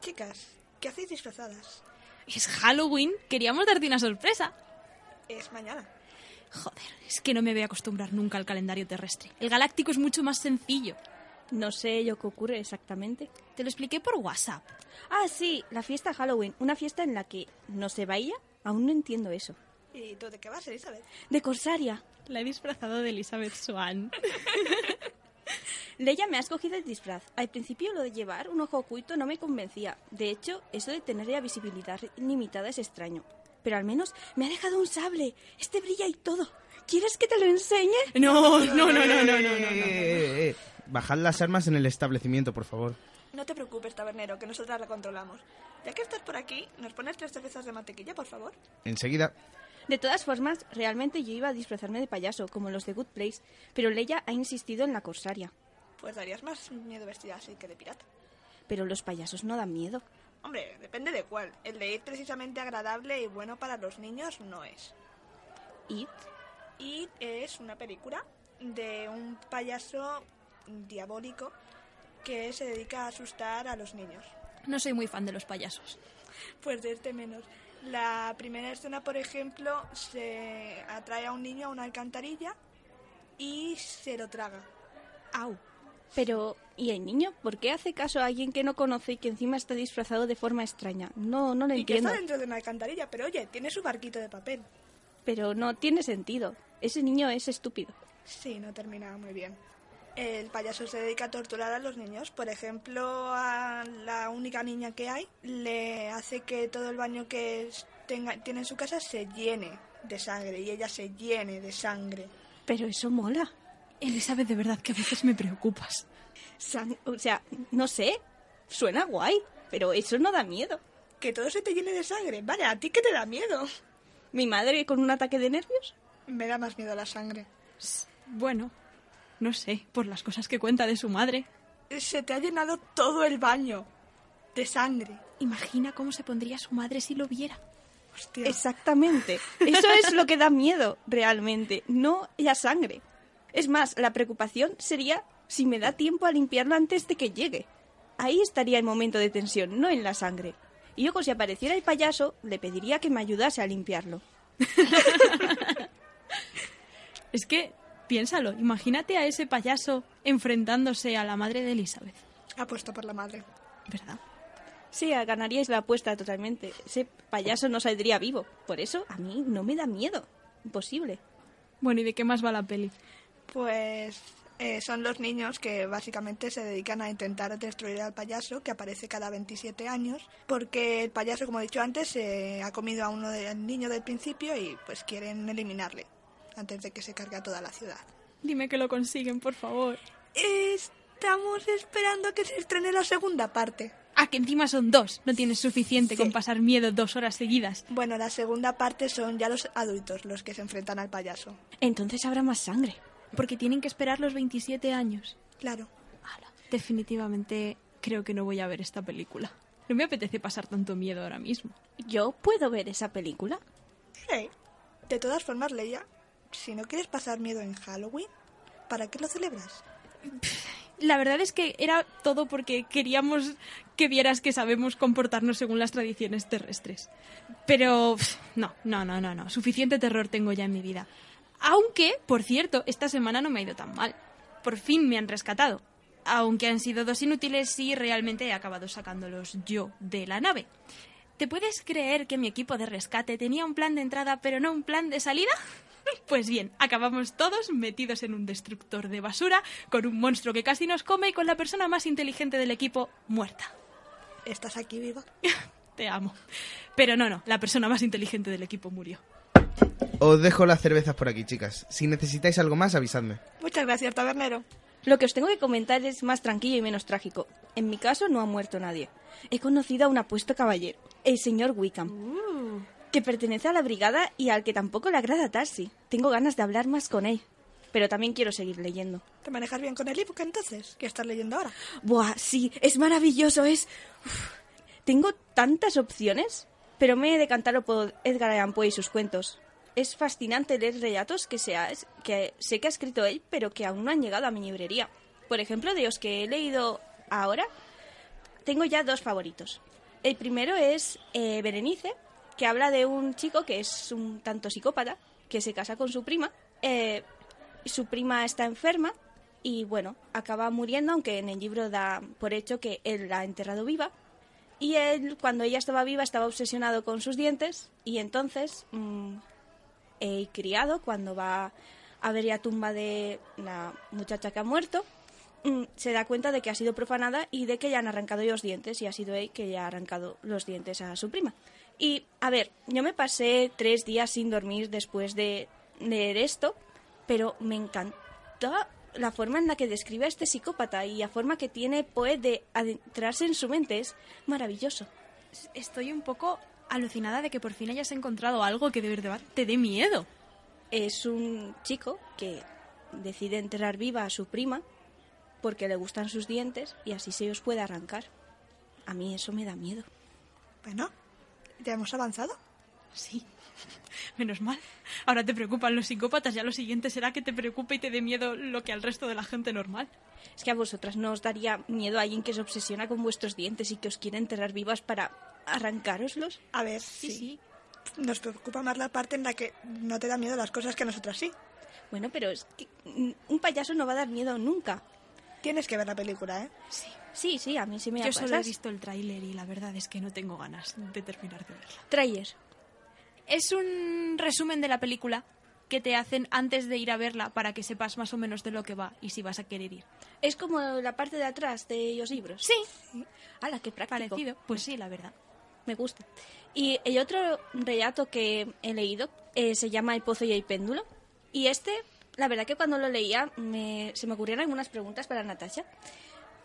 Chicas, ¿qué hacéis disfrazadas? Es Halloween, queríamos darte una sorpresa. Es mañana. Joder, es que no me voy a acostumbrar nunca al calendario terrestre. El galáctico es mucho más sencillo. No sé yo qué ocurre exactamente. Te lo expliqué por WhatsApp. Ah, sí, la fiesta Halloween, una fiesta en la que no se baila. Aún no entiendo eso. ¿Y tú de qué vas, Elizabeth? De Corsaria. La he disfrazado de Elizabeth Swan. Leia me ha escogido el disfraz. Al principio lo de llevar un ojo oculto no me convencía. De hecho, eso de tener la visibilidad limitada es extraño. Pero al menos me ha dejado un sable. Este brilla y todo. ¿Quieres que te lo enseñe? No, no, no, no, no, no, no, no. Eh, eh, eh. Bajad las armas en el establecimiento, por favor. No te preocupes, tabernero, que nosotras la controlamos. Ya que estás por aquí, ¿nos pones tres cervezas de mantequilla, por favor? Enseguida. De todas formas, realmente yo iba a disfrazarme de payaso, como los de Good Place, pero Leia ha insistido en la corsaria. Pues darías más miedo vestida así que de pirata. Pero los payasos no dan miedo. Hombre, depende de cuál. El de ir precisamente agradable y bueno para los niños no es. It, Y es una película de un payaso diabólico que se dedica a asustar a los niños. No soy muy fan de los payasos. Pues de este menos. La primera escena, por ejemplo, se atrae a un niño a una alcantarilla y se lo traga. Au. pero ¿y el niño? ¿Por qué hace caso a alguien que no conoce y que encima está disfrazado de forma extraña? No, no lo Y que está entiendo. dentro de una alcantarilla, pero oye, tiene su barquito de papel. Pero no tiene sentido. Ese niño es estúpido. Sí, no termina muy bien. El payaso se dedica a torturar a los niños. Por ejemplo, a la única niña que hay le hace que todo el baño que es- tenga, tiene en su casa se llene de sangre y ella se llene de sangre. Pero eso mola. Elizabeth, de verdad que a veces me preocupas. San- o sea, no sé. Suena guay, pero eso no da miedo. Que todo se te llene de sangre. Vale, a ti que te da miedo. ¿Mi madre con un ataque de nervios? Me da más miedo la sangre. Bueno, no sé, por las cosas que cuenta de su madre. Se te ha llenado todo el baño de sangre. Imagina cómo se pondría su madre si lo viera. Hostia. Exactamente. Eso es lo que da miedo, realmente, no la sangre. Es más, la preocupación sería si me da tiempo a limpiarlo antes de que llegue. Ahí estaría el momento de tensión, no en la sangre. Y luego, si apareciera el payaso, le pediría que me ayudase a limpiarlo. Es que, piénsalo, imagínate a ese payaso enfrentándose a la madre de Elizabeth. Apuesto por la madre. ¿Verdad? Sí, ganaríais la apuesta totalmente. Ese payaso no saldría vivo. Por eso, a mí no me da miedo. Imposible. Bueno, ¿y de qué más va la peli? Pues eh, son los niños que básicamente se dedican a intentar destruir al payaso que aparece cada 27 años porque el payaso, como he dicho antes, se ha comido a uno del niño del principio y pues quieren eliminarle antes de que se cargue a toda la ciudad. Dime que lo consiguen, por favor. Estamos esperando que se estrene la segunda parte. Ah, que encima son dos. No tienes suficiente con pasar miedo dos horas seguidas. Bueno, la segunda parte son ya los adultos los que se enfrentan al payaso. Entonces habrá más sangre. Porque tienen que esperar los 27 años. Claro. Ala, definitivamente creo que no voy a ver esta película. No me apetece pasar tanto miedo ahora mismo. ¿Yo puedo ver esa película? Sí. De todas formas, Leia, si no quieres pasar miedo en Halloween, ¿para qué lo celebras? La verdad es que era todo porque queríamos que vieras que sabemos comportarnos según las tradiciones terrestres. Pero pf, no, no, no, no, no. Suficiente terror tengo ya en mi vida. Aunque, por cierto, esta semana no me ha ido tan mal. Por fin me han rescatado. Aunque han sido dos inútiles, sí realmente he acabado sacándolos yo de la nave. ¿Te puedes creer que mi equipo de rescate tenía un plan de entrada pero no un plan de salida? Pues bien, acabamos todos metidos en un destructor de basura, con un monstruo que casi nos come y con la persona más inteligente del equipo muerta. ¿Estás aquí viva? Te amo. Pero no, no, la persona más inteligente del equipo murió. Os dejo las cervezas por aquí, chicas. Si necesitáis algo más, avisadme. Muchas gracias, tabernero. Lo que os tengo que comentar es más tranquillo y menos trágico. En mi caso no ha muerto nadie. He conocido a un apuesto caballero, el señor Wickham, que pertenece a la brigada y al que tampoco le agrada Tarsi. Tengo ganas de hablar más con él, pero también quiero seguir leyendo. ¿Te manejas bien con el ebook entonces? ¿Qué estás leyendo ahora? Buah, sí, es maravilloso, es... Uf. Tengo tantas opciones, pero me he decantado por Edgar Allan Poe y sus cuentos. Es fascinante leer relatos que, se ha- que sé que ha escrito él, pero que aún no han llegado a mi librería. Por ejemplo, de los que he leído ahora, tengo ya dos favoritos. El primero es eh, Berenice, que habla de un chico que es un tanto psicópata, que se casa con su prima. eh, su prima está enferma y, bueno, acaba muriendo, aunque en el libro da por hecho que él la ha enterrado viva. Y él, cuando ella estaba viva, estaba obsesionado con sus dientes y entonces mm, el criado, cuando va a ver la tumba de la muchacha que ha muerto, mm, se da cuenta de que ha sido profanada y de que le han arrancado los dientes y ha sido él que le ha arrancado los dientes a su prima. Y, a ver, yo me pasé tres días sin dormir después de leer esto, pero me encanta la forma en la que describe a este psicópata y la forma que tiene Poe de adentrarse en su mente es maravilloso. Estoy un poco alucinada de que por fin hayas encontrado algo que de verdad te dé miedo. es un chico que decide enterrar viva a su prima porque le gustan sus dientes y así se os puede arrancar. A mí eso me da miedo. Bueno, ya hemos avanzado. Sí. Menos mal. Ahora te preocupan los psicópatas, ya lo siguiente será que te preocupe y te dé miedo lo que al resto de la gente normal. Es que a vosotras no os daría miedo a alguien que se obsesiona con vuestros dientes y que os quiere enterrar vivas para arrancároslos. A ver, sí, Nos preocupa más la parte en la que no te da miedo las cosas que a nosotras sí. Bueno, pero es que mm, un payaso no va a dar miedo nunca. Tienes que ver la película, ¿eh? sí. Sí, sí, a mí sí me Yo solo he apasas. visto el tráiler y la verdad es que no tengo ganas de terminar de verla. Trailer. Es un resumen de la película que te hacen antes de ir a verla para que sepas más o menos de lo que va y si vas a querer ir. Es como la parte de atrás de los libros. Sí, ¡Hala, qué práctico! parecido. Pues sí, la verdad. me gusta. Y el otro relato que he leído eh, se llama El pozo y el péndulo. Y este, la verdad que cuando lo leía me- se me ocurrieron algunas preguntas para Natasha.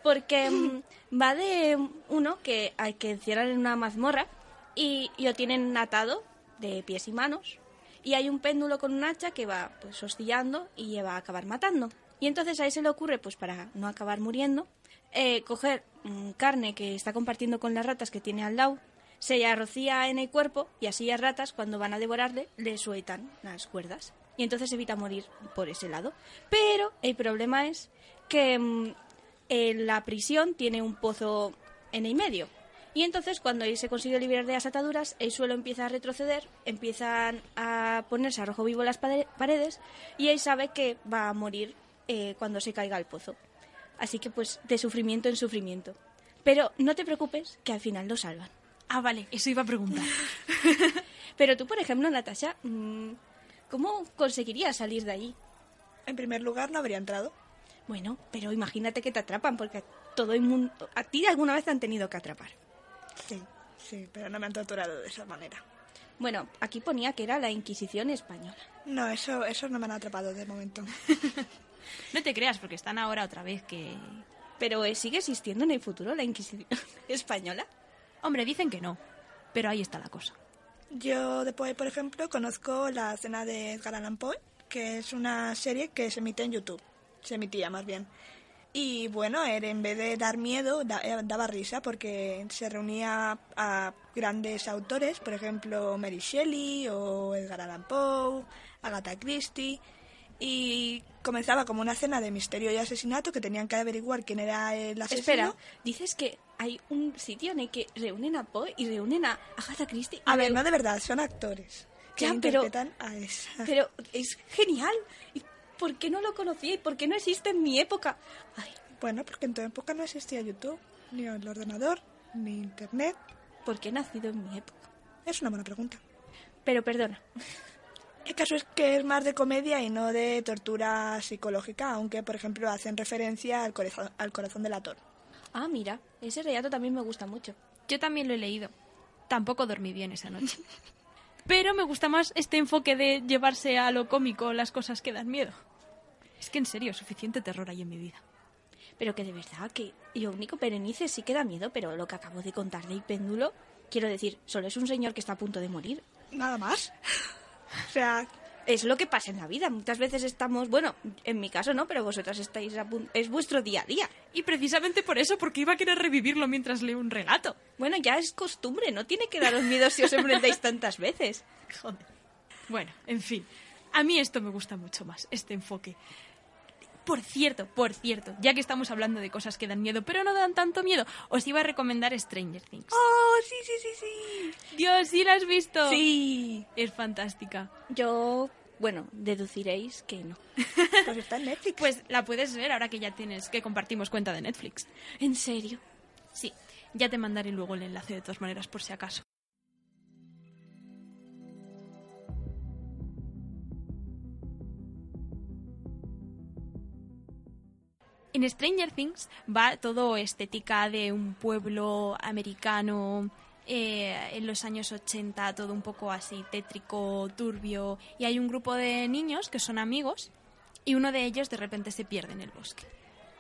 Porque mm, va de uno que al que encierran en una mazmorra y lo tienen atado de pies y manos. Y hay un péndulo con un hacha que va pues oscillando y le va a acabar matando. Y entonces a él se le ocurre, pues para no acabar muriendo, eh, coger mm, carne que está compartiendo con las ratas que tiene al lado, se la rocía en el cuerpo y así las ratas, cuando van a devorarle, le sueltan las cuerdas. Y entonces evita morir por ese lado. Pero el problema es que mm, eh, la prisión tiene un pozo en el medio. Y entonces cuando él se consigue liberar de las ataduras, el suelo empieza a retroceder, empiezan a ponerse a rojo vivo las pade- paredes y él sabe que va a morir eh, cuando se caiga al pozo. Así que pues de sufrimiento en sufrimiento. Pero no te preocupes, que al final lo salvan. Ah, vale, eso iba a preguntar. Pero tú, por ejemplo, Natasha, mm, ¿cómo conseguirías salir de allí? En primer lugar, no habría entrado. Bueno, pero imagínate que te atrapan, porque a todo el mundo, a ti alguna vez te han tenido que atrapar. Sí, sí, pero no me han torturado de esa manera. Bueno, aquí ponía que era la Inquisición española. No, eso, eso no me han atrapado de momento. No te creas, porque están ahora otra vez que... Pero eh, sigue existiendo en el futuro la Inquisición española. Hombre, dicen que no, pero ahí está la cosa. Yo de Poe, por ejemplo, conozco la escena de Edgar Allan Poe, que es una serie que se emite en YouTube. Se emitía, más bien. Y bueno, él en vez de dar miedo, da- eh, daba risa porque se reunía a grandes autores, por ejemplo, Mary Shelley o Edgar Allan Poe, Agatha Christie, Y comenzaba como una cena de misterio y asesinato que tenían que averiguar quién era el asesino. Espera, dices que hay un sitio en el que reúnen a Poe y reúnen a Agatha Christie. A ver, Pero- no de verdad, son actores que Ya, pero- interpretan a esa. Pero es genial. ¿Y por qué no lo conocí? ¿Por qué no existe en mi época? Ay, Bueno, porque en tu época no existía YouTube, ni el ordenador, ni Internet. ¿por qué he nacido en mi época? Es una buena pregunta. Pero perdona, El caso es que es más de comedia y no de tortura psicológica, aunque, por ejemplo, hacen referencia al corazón, al corazón del ator. Ah, mira, ese relato también me gusta mucho. Yo también lo he leído. Tampoco dormí bien esa noche. Pero me gusta más este enfoque de llevarse a lo cómico las cosas que dan miedo. Es que en serio, suficiente terror hay en mi vida. Pero que de verdad que lo único Perenice sí que da miedo, pero lo que acabo de contar del péndulo, quiero decir, solo es un señor que está a punto de morir. Nada más. O sea, Es lo que pasa en la vida. Muchas veces estamos, bueno, en mi caso no, pero vosotras estáis a punto, es vuestro día a día. Y precisamente por eso, porque iba a querer revivirlo mientras leo un relato. Bueno, ya es costumbre, no tiene que daros miedo si os enfrentáis tantas veces. Joder. Bueno, en fin. A mí esto me gusta mucho más, este enfoque. Por cierto, por cierto, ya que estamos hablando de cosas que dan miedo, pero no dan tanto miedo, os iba a recomendar Stranger Things. Oh, sí, sí, sí, sí. Dios, sí la has visto. Sí. Es fantástica. Yo, bueno, deduciréis que no. pues está en Netflix. Pues la puedes ver ahora que ya tienes que compartimos cuenta de Netflix. En serio. Sí, ya te mandaré luego el enlace de todas maneras por si acaso. En Stranger Things va todo estética de un pueblo americano eh, en los años 80, todo un poco así tétrico, turbio, y hay un grupo de niños que son amigos y uno de ellos de repente se pierde en el bosque.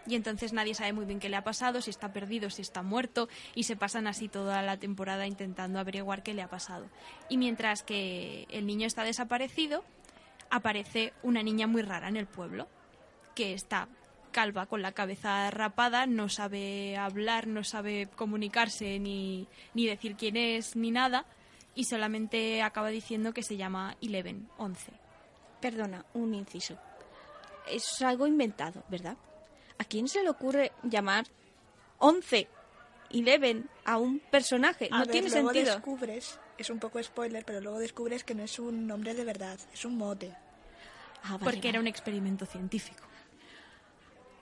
Y entonces nadie sabe muy bien qué le ha pasado, si está perdido, si está muerto, y se pasan así toda la temporada intentando averiguar qué le ha pasado. Y mientras que el niño está desaparecido, aparece una niña muy rara en el pueblo, que está calva, con la cabeza rapada, no sabe hablar, no sabe comunicarse, ni, ni decir quién es, ni nada, y solamente acaba diciendo que se llama Eleven, 11. Perdona, un inciso. Es algo inventado, ¿verdad? ¿A quién se le ocurre llamar 11 y Leven a un personaje? A no ver, tiene luego sentido. descubres, es un poco spoiler, pero luego descubres que no es un nombre de verdad, es un mote. Ah, vale, porque era un vale. experimento científico.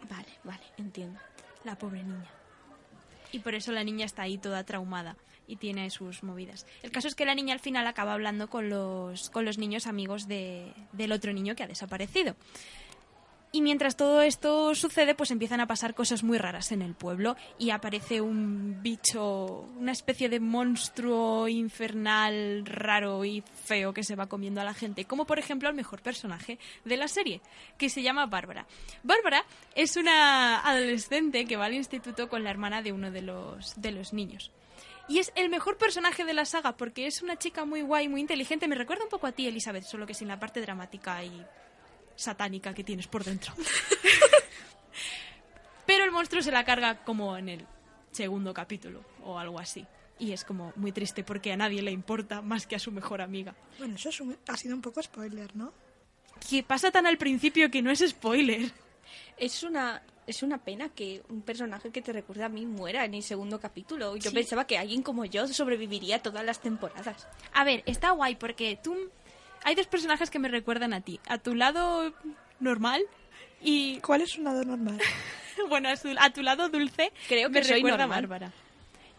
Vale, vale, entiendo. La pobre niña. Y por eso la niña está ahí toda traumada y tiene sus movidas. El caso es que la niña al final acaba hablando con los, con los niños amigos de- del otro niño que ha desaparecido. Y mientras todo esto sucede, pues empiezan a pasar cosas muy raras en el pueblo y aparece un bicho, una especie de monstruo infernal, raro y feo que se va comiendo a la gente, como por ejemplo al mejor personaje de la serie, que se llama Bárbara. Bárbara es una adolescente que va al instituto con la hermana de uno de los, de los niños. Y es el mejor personaje de la saga porque es una chica muy guay, muy inteligente. Me recuerda un poco a ti, Elizabeth, solo que sin la parte dramática y satánica que tienes por dentro. Pero el monstruo se la carga como en el segundo capítulo o algo así. Y es como muy triste porque a nadie le importa más que a su mejor amiga. Bueno, eso es un- ha sido un poco spoiler, ¿no? Que pasa tan al principio que no es spoiler. Es una, es una pena que un personaje que te recuerda a mí muera en el segundo capítulo. Yo Sí. pensaba que alguien como yo sobreviviría todas las temporadas. A ver, está guay porque tú... Hay dos personajes que me recuerdan a ti. A tu lado normal y... ¿Cuál es un lado normal? Bueno, a, su- a tu lado dulce Creo que me soy recuerda normal. a Bárbara.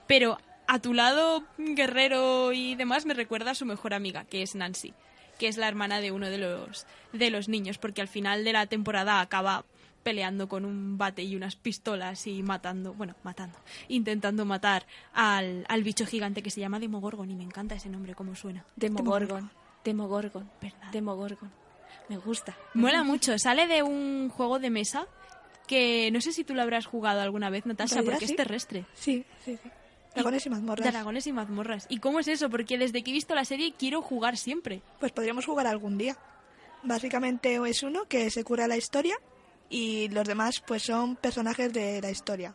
Pero a tu lado guerrero y demás me recuerda a su mejor amiga, que es Nancy, que es la hermana de uno de los, de los niños, porque al final de la temporada acaba peleando con un bate y unas pistolas y matando, bueno, matando, intentando matar al, al bicho gigante que se llama Demogorgon y me encanta ese nombre, como suena. Demogorgon. Demogorgon. ¿Verdad? Demogorgon. Me gusta. Mola mucho, sale de un juego de mesa que no sé si tú lo habrás jugado alguna vez, Natasha, realidad porque sí. es terrestre. Sí, sí, sí. Dragones y mazmorras. Dragones y mazmorras. ¿Y cómo es eso? Porque desde que he visto la serie quiero jugar siempre. Pues podríamos jugar algún día. Básicamente es uno que se cura la historia y los demás pues son personajes de la historia.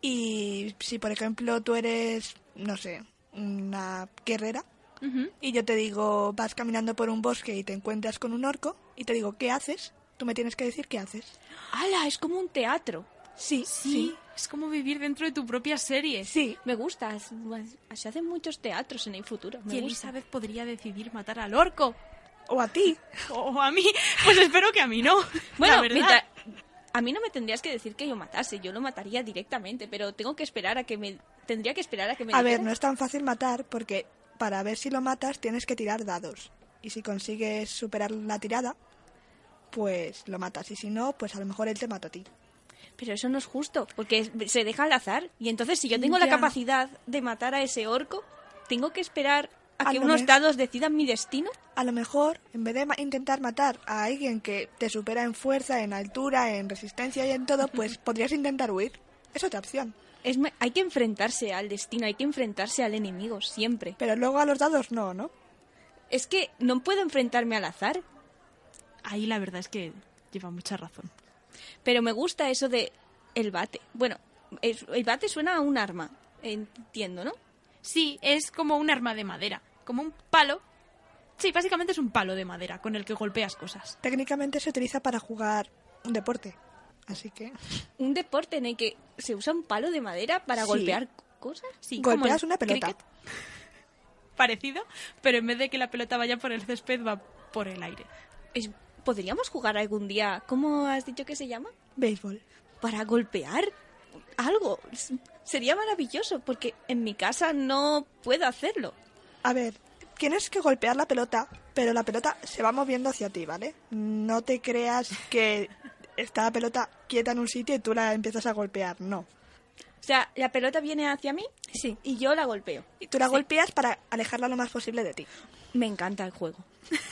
Y si por ejemplo tú eres, no sé, una guerrera, Ujú. y yo te digo, vas caminando por un bosque y te encuentras con un orco y te digo, ¿qué haces? Tú me tienes que decir qué haces. ¡Hala! Es como un teatro. Sí, Sí, es como vivir dentro de tu propia serie. sí, sí. Me gusta. es- Se hacen muchos teatros en el Y futuro. Me gusta. Elizabeth podría decidir matar al orco. O a ti. O a mí. Pues espero que a mí no. la Bueno, verdad. mientras- a mí no me tendrías que decir que yo matase. Yo lo mataría directamente, pero tengo que esperar a que me... Tendría que esperar a que me... A ver, dijeras- no es tan fácil matar porque para ver si lo matas tienes que tirar dados. Y si consigues superar la tirada, pues lo matas. Y si no, pues a lo mejor él te mata a ti. Pero eso no es justo, porque es- se deja al azar. Y entonces, si yo tengo la Ya. capacidad de matar a ese orco, tengo que esperar a, A que lo unos me- dados decidan mi destino. A lo mejor, en vez de ma- intentar matar a alguien que te supera en fuerza, en altura, en resistencia y en todo, pues podrías intentar huir. Es otra opción. Es me- Hay que enfrentarse al destino, hay que enfrentarse al enemigo, siempre. Pero luego a los dados no, ¿no? Es que no puedo enfrentarme al azar, Ahí la verdad es que lleva mucha razón. pero me gusta eso de el bate. Bueno, es- el bate suena a un arma, entiendo, ¿no? Sí, es como un arma de madera. Como un palo. Sí, básicamente es un palo de madera con el que golpeas cosas. Técnicamente se utiliza para jugar un deporte. Así que Un deporte en el que se usa un palo de madera para Sí. golpear cosas. Sí, como golpeas el una pelota. cricket. Parecido, pero en vez de que la pelota vaya por el césped, va por el aire. Es- ¿Podríamos jugar algún día? ¿Cómo has dicho que se llama? Béisbol. para golpear algo. S- Sería maravilloso porque en mi casa no puedo hacerlo. A ver, tienes que golpear la pelota, pero la pelota se va moviendo hacia ti, ¿vale? No te creas que está la pelota quieta en un sitio y tú la empiezas a golpear, no. O sea, la pelota viene hacia mí Sí. y yo la golpeo. Y tú la golpeas para alejarla lo más posible de ti. Me encanta el juego.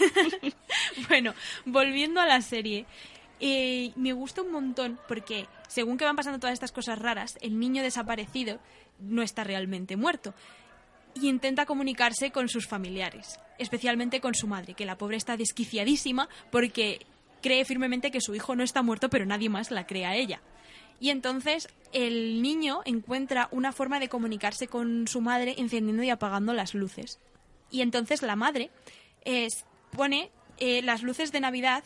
Bueno, volviendo a la serie, eh, me gusta un montón porque según que van pasando todas estas cosas raras, el niño desaparecido no está realmente muerto y intenta comunicarse con sus familiares, especialmente con su madre, que la pobre está desquiciadísima porque cree firmemente que su hijo no está muerto, pero nadie más la cree a ella. Y entonces el niño encuentra una forma de comunicarse con su madre encendiendo y apagando las luces. Y entonces la madre es- pone eh, las luces de Navidad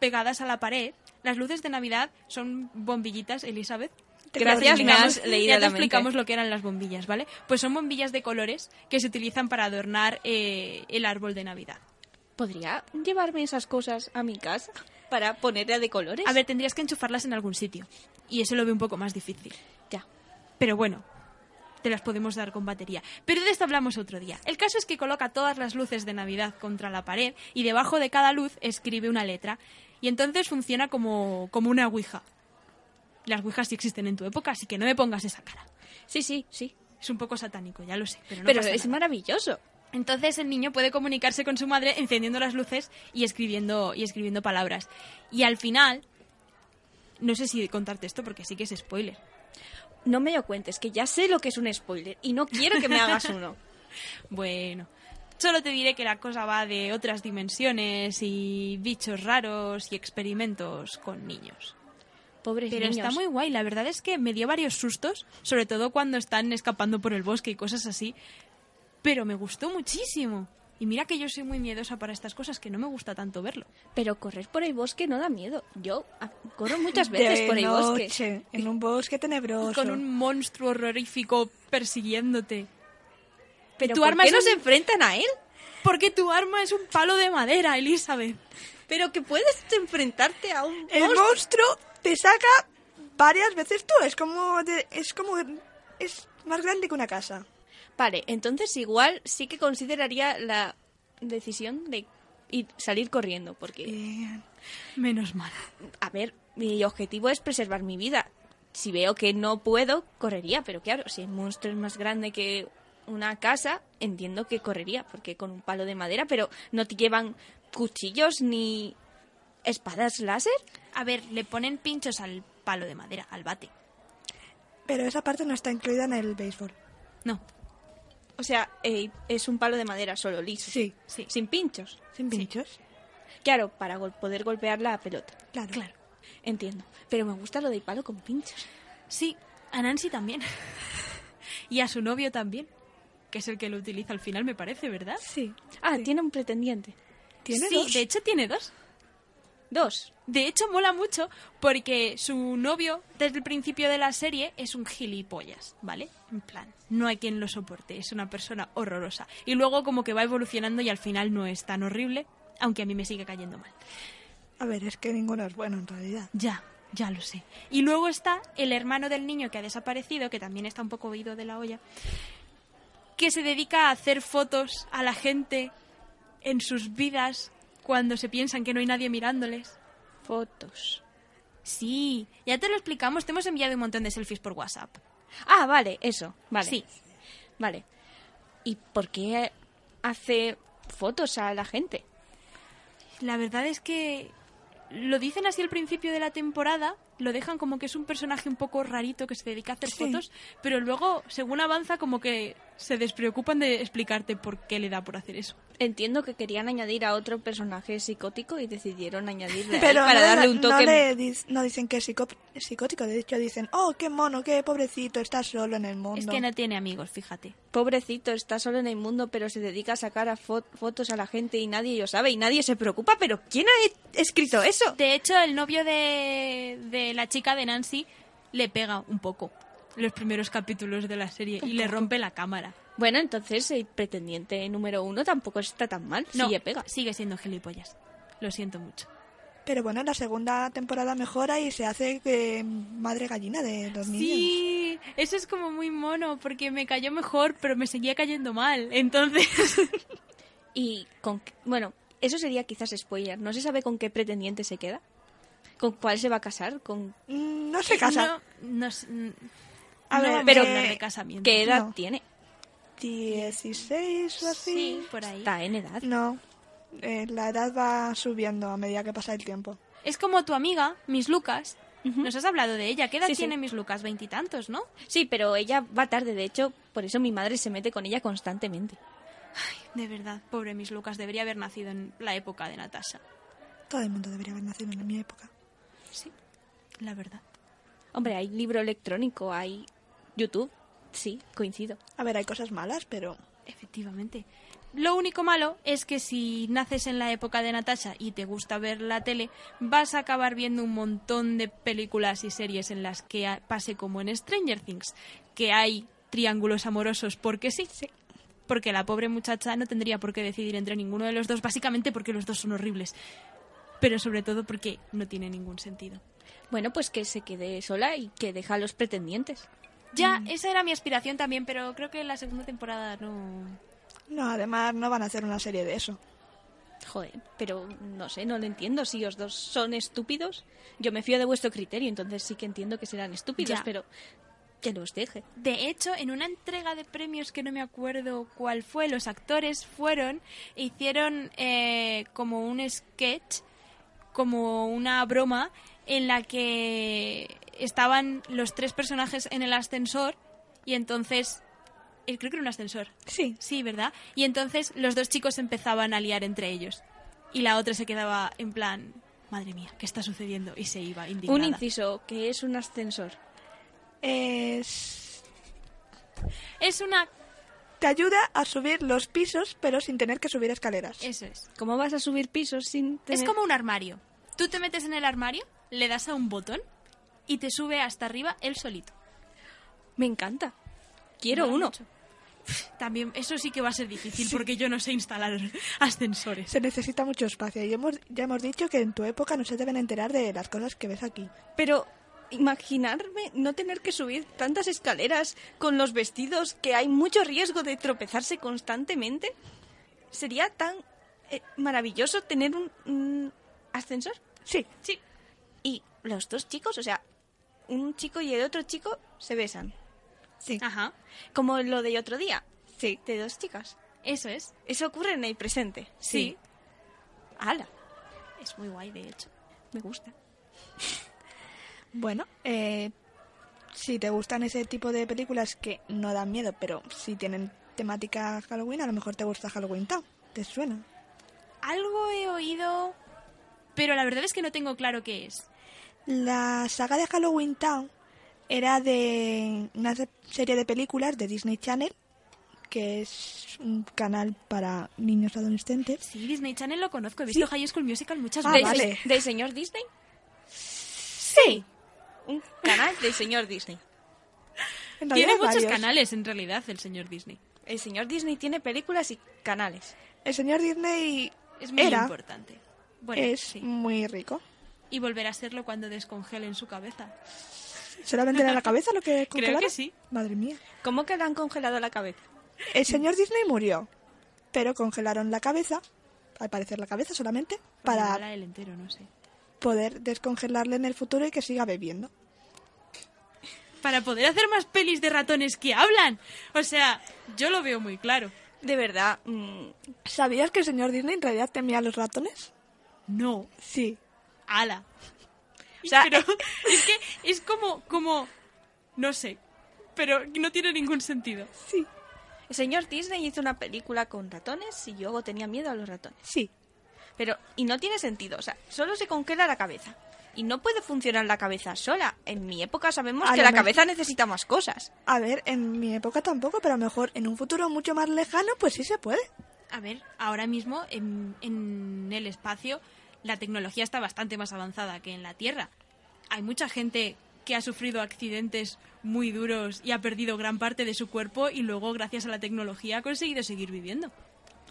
pegadas a la pared. Las luces de Navidad son bombillitas, Elizabeth. Te Gracias, quedas me has explicamos- leído ya te la mente. explicamos lo que eran las bombillas, ¿vale? Pues son bombillas de colores que se utilizan para adornar eh, el árbol de Navidad. ¿Podría llevarme esas cosas a mi casa para ponerla de colores? A ver, tendrías que enchufarlas en algún sitio. Y eso lo veo un poco más difícil. ya. Pero bueno, te las podemos dar con batería. Pero de esto hablamos otro día. El caso es que coloca todas las luces de Navidad contra la pared y debajo de cada luz escribe una letra. Y entonces funciona como, como una ouija. Las ouijas sí existen en tu época, así que no me pongas esa cara. Sí, sí, sí. Es un poco satánico, ya lo sé, pero no Pero pasa es nada. maravilloso. Entonces el niño puede comunicarse con su madre encendiendo las luces y escribiendo, y escribiendo palabras. Y al final, no sé si contarte esto porque sí que es spoiler, No me lo cuentes, que ya sé lo que es un spoiler y no quiero que me hagas uno. Bueno, solo te diré que la cosa va de otras dimensiones y bichos raros y experimentos con niños. Pobres Pero Pues niños. está muy guay, la verdad es que me dio varios sustos, sobre todo cuando están escapando por el bosque y cosas así, pero me gustó muchísimo. Y mira que yo soy muy miedosa para estas cosas, que no me gusta tanto verlo. Pero correr por el bosque no da miedo. Yo ah, corro muchas de veces por el bosque. noche, En un bosque tenebroso. Con un monstruo horrorífico persiguiéndote. Pero tu ¿por arma qué es no un- se enfrentan a él? Porque tu arma es un palo de madera, Elizabeth. Pero que puedes enfrentarte a un El monstruo. monstruo te saca varias veces tú. Es como... de- es como... Es más grande que una casa. Vale, entonces igual sí que consideraría la decisión de ir- salir corriendo, porque, Bien. Menos mal. a ver, mi objetivo es preservar mi vida. Si veo que no puedo, correría, pero claro, si el monstruo es más grande que una casa, entiendo que correría, porque con un palo de madera, pero no te llevan cuchillos ni espadas láser. A ver, le ponen pinchos al palo de madera, al bate. Pero esa parte no está incluida en el béisbol. No, O sea, eh, es un palo de madera solo, liso. Sí. sí. Sin pinchos. ¿Sin pinchos? Claro, para gol- poder golpear la pelota. Claro. Claro. Entiendo. Pero me gusta lo del palo con pinchos. Sí, a Nancy también. y a su novio también. que es el que lo utiliza al final, me parece, ¿verdad? Sí. Ah, tiene un pretendiente. ¿Tiene sí, dos? de hecho tiene dos. Dos. De hecho, mola mucho porque su novio, desde el principio de la serie, es un gilipollas, ¿vale? En plan, no hay quien lo soporte, es una persona horrorosa. Y luego como que va evolucionando y al final no es tan horrible, aunque a mí me sigue cayendo mal. A ver, es que ninguno es bueno en realidad. Ya, ya lo sé. Y luego está el hermano del niño que ha desaparecido, que también está un poco oído de la olla, que se dedica a hacer fotos a la gente en sus vidas cuando se piensan que no hay nadie mirándoles. Fotos. Sí, ya te lo explicamos, te hemos enviado un montón de selfies por WhatsApp. Ah, vale, eso. Vale. Sí. Vale. ¿Y por qué hace fotos a la gente? La verdad es que lo dicen así al principio de la temporada, lo dejan como que es un personaje un poco rarito que se dedica a hacer Sí. fotos, pero luego, según avanza, como que se despreocupan de explicarte por qué le da por hacer eso. Entiendo que querían añadir a otro personaje psicótico y decidieron añadirle a él Pero para no, darle no- un no toque. le dis- no dicen que es psicó- psicótico, de hecho dicen, oh, qué mono, qué pobrecito, está solo en el mundo. Es que no tiene amigos, fíjate. Pobrecito, está solo en el mundo, pero se dedica a sacar a fo- fotos a la gente y nadie lo sabe y nadie se preocupa. Pero ¿quién ha e- escrito eso? De hecho, el novio de, de la chica de Nancy le pega un poco los primeros capítulos de la serie y le rompe la cámara. Bueno, entonces el pretendiente número uno tampoco está tan mal. No, Sí, le pega. sigue siendo gilipollas. Lo siento mucho. Pero bueno, la segunda temporada mejora y se hace eh, madre gallina de los niños. Sí, eso es como muy mono, porque me cayó mejor, pero me seguía cayendo mal. Entonces, Y con. qué- Bueno, eso sería quizás spoiler. No se sabe con qué pretendiente se queda. ¿Con cuál se va a casar? ¿Con Mm, No se casa. No, no s- n- A no ver, vamos pero- a hablar de casamiento. qué edad No. tiene? 16 o así. Sí, por ahí. Está en edad. No. Eh, la edad va subiendo a medida que pasa el tiempo. Es como tu amiga, Miss Lucas. Ujú. Nos has hablado de ella. ¿Qué edad Sí, sí. tiene Miss Lucas? Veintitantos, ¿no? Sí, pero ella va tarde, de hecho, por eso mi madre se mete con ella constantemente. De verdad, pobre Miss Lucas. Debería haber nacido en la época de Natasha. Todo el mundo debería haber nacido en mi época. Sí, la verdad. Hombre, hay libro electrónico, hay YouTube. Sí, coincido. A ver, hay cosas malas, pero Efectivamente. Lo único malo es que si naces en la época de Natasha y te gusta ver la tele, vas a acabar viendo un montón de películas y series en las que a- pase como en Stranger Things, que hay triángulos amorosos porque sí. Porque la pobre muchacha no tendría por qué decidir entre ninguno de los dos, básicamente porque los dos son horribles. Pero sobre todo porque no tiene ningún sentido. Bueno, pues que se quede sola y que deja a los pretendientes. Ya, esa era mi aspiración también, pero creo que la segunda temporada no... no, además no van a hacer una serie de eso. Joder, pero no sé, no lo entiendo. Si los dos son estúpidos, yo me fío de vuestro criterio, entonces sí que entiendo que serán estúpidos, Ya. pero que los deje. De hecho, en una entrega de premios que no me acuerdo cuál fue, los actores fueron e hicieron eh, como un sketch, como una broma, en la que estaban los tres personajes en el ascensor y entonces... eh, Creo que era un ascensor. Sí. Sí, ¿verdad? Y entonces los dos chicos empezaban a liar entre ellos. Y la otra se quedaba en plan, madre mía, ¿qué está sucediendo? Y se iba indignada. Un inciso, que es un ascensor. Es... es una... Te ayuda a subir los pisos, pero sin tener que subir escaleras. Eso es. ¿Cómo vas a subir pisos sin tener... Es como un armario. Tú te metes en el armario, le das a un botón y te sube hasta arriba él solito. Me encanta. Quiero Mola uno. mucho. Pf, También, eso sí que va a ser difícil porque yo no sé instalar ascensores. Se necesita mucho espacio y hemos, ya hemos dicho que en tu época no se deben enterar de las cosas que ves aquí. Pero imaginarme no tener que subir tantas escaleras con los vestidos que hay mucho riesgo de tropezarse constantemente. Sería tan eh, maravilloso tener un, un ascensor. Sí, Sí, Y los dos chicos, o sea, un chico y el otro chico se besan. sí. ajá, Como lo del otro día. Sí. De dos chicas. eso es. Eso ocurre en el presente. Sí. ¡Hala! Es muy guay, de hecho. Me gusta. Bueno, eh, si te gustan ese tipo de películas que no dan miedo, pero si tienen temática Halloween, a lo mejor te gusta Halloween Town. ¿Te suena? Algo he oído, pero la verdad es que no tengo claro qué es. La saga de Halloween Town era de una se- serie de películas de Disney Channel que es un canal para niños adolescentes. Sí, Disney Channel lo conozco, he visto High School Musical muchas Ah, veces. ¿Del, vale. se- del señor Disney? Sí. Un canal del señor Disney. En Tiene realidad, muchos varios. canales en realidad el señor Disney. El señor Disney tiene películas y canales. El señor Disney Es muy era, importante. Bueno, es sí. muy rico. Y volverá a serlo cuando descongelen su cabeza. ¿Solamente era la cabeza lo que Creo congelaron? que sí. Madre mía. ¿Cómo que le han congelado la cabeza? El señor Disney murió, pero congelaron la cabeza, al parecer la cabeza solamente, para Para el entero, no sé. poder descongelarle en el futuro y que siga bebiendo. Para poder hacer más pelis de ratones que hablan. O sea, yo lo veo muy claro. De verdad, mm, ¿Sabías que el señor Disney en realidad temía a los ratones? No, Sí. ala. O sea, pero es que es como, como, no sé, pero no tiene ningún sentido. Sí. el señor Disney hizo una película con ratones y luego tenía miedo a los ratones. Sí. Pero, y no tiene sentido, o sea, solo se congela la cabeza. Y no puede funcionar la cabeza sola. En mi época sabemos A que lo la mejor- cabeza necesita más cosas. A ver, en mi época tampoco, pero a lo mejor en un futuro mucho más lejano, pues sí se puede. A ver, ahora mismo en, en el espacio la tecnología está bastante más avanzada que en la Tierra. Hay mucha gente que ha sufrido accidentes muy duros y ha perdido gran parte de su cuerpo y luego gracias a la tecnología ha conseguido seguir viviendo.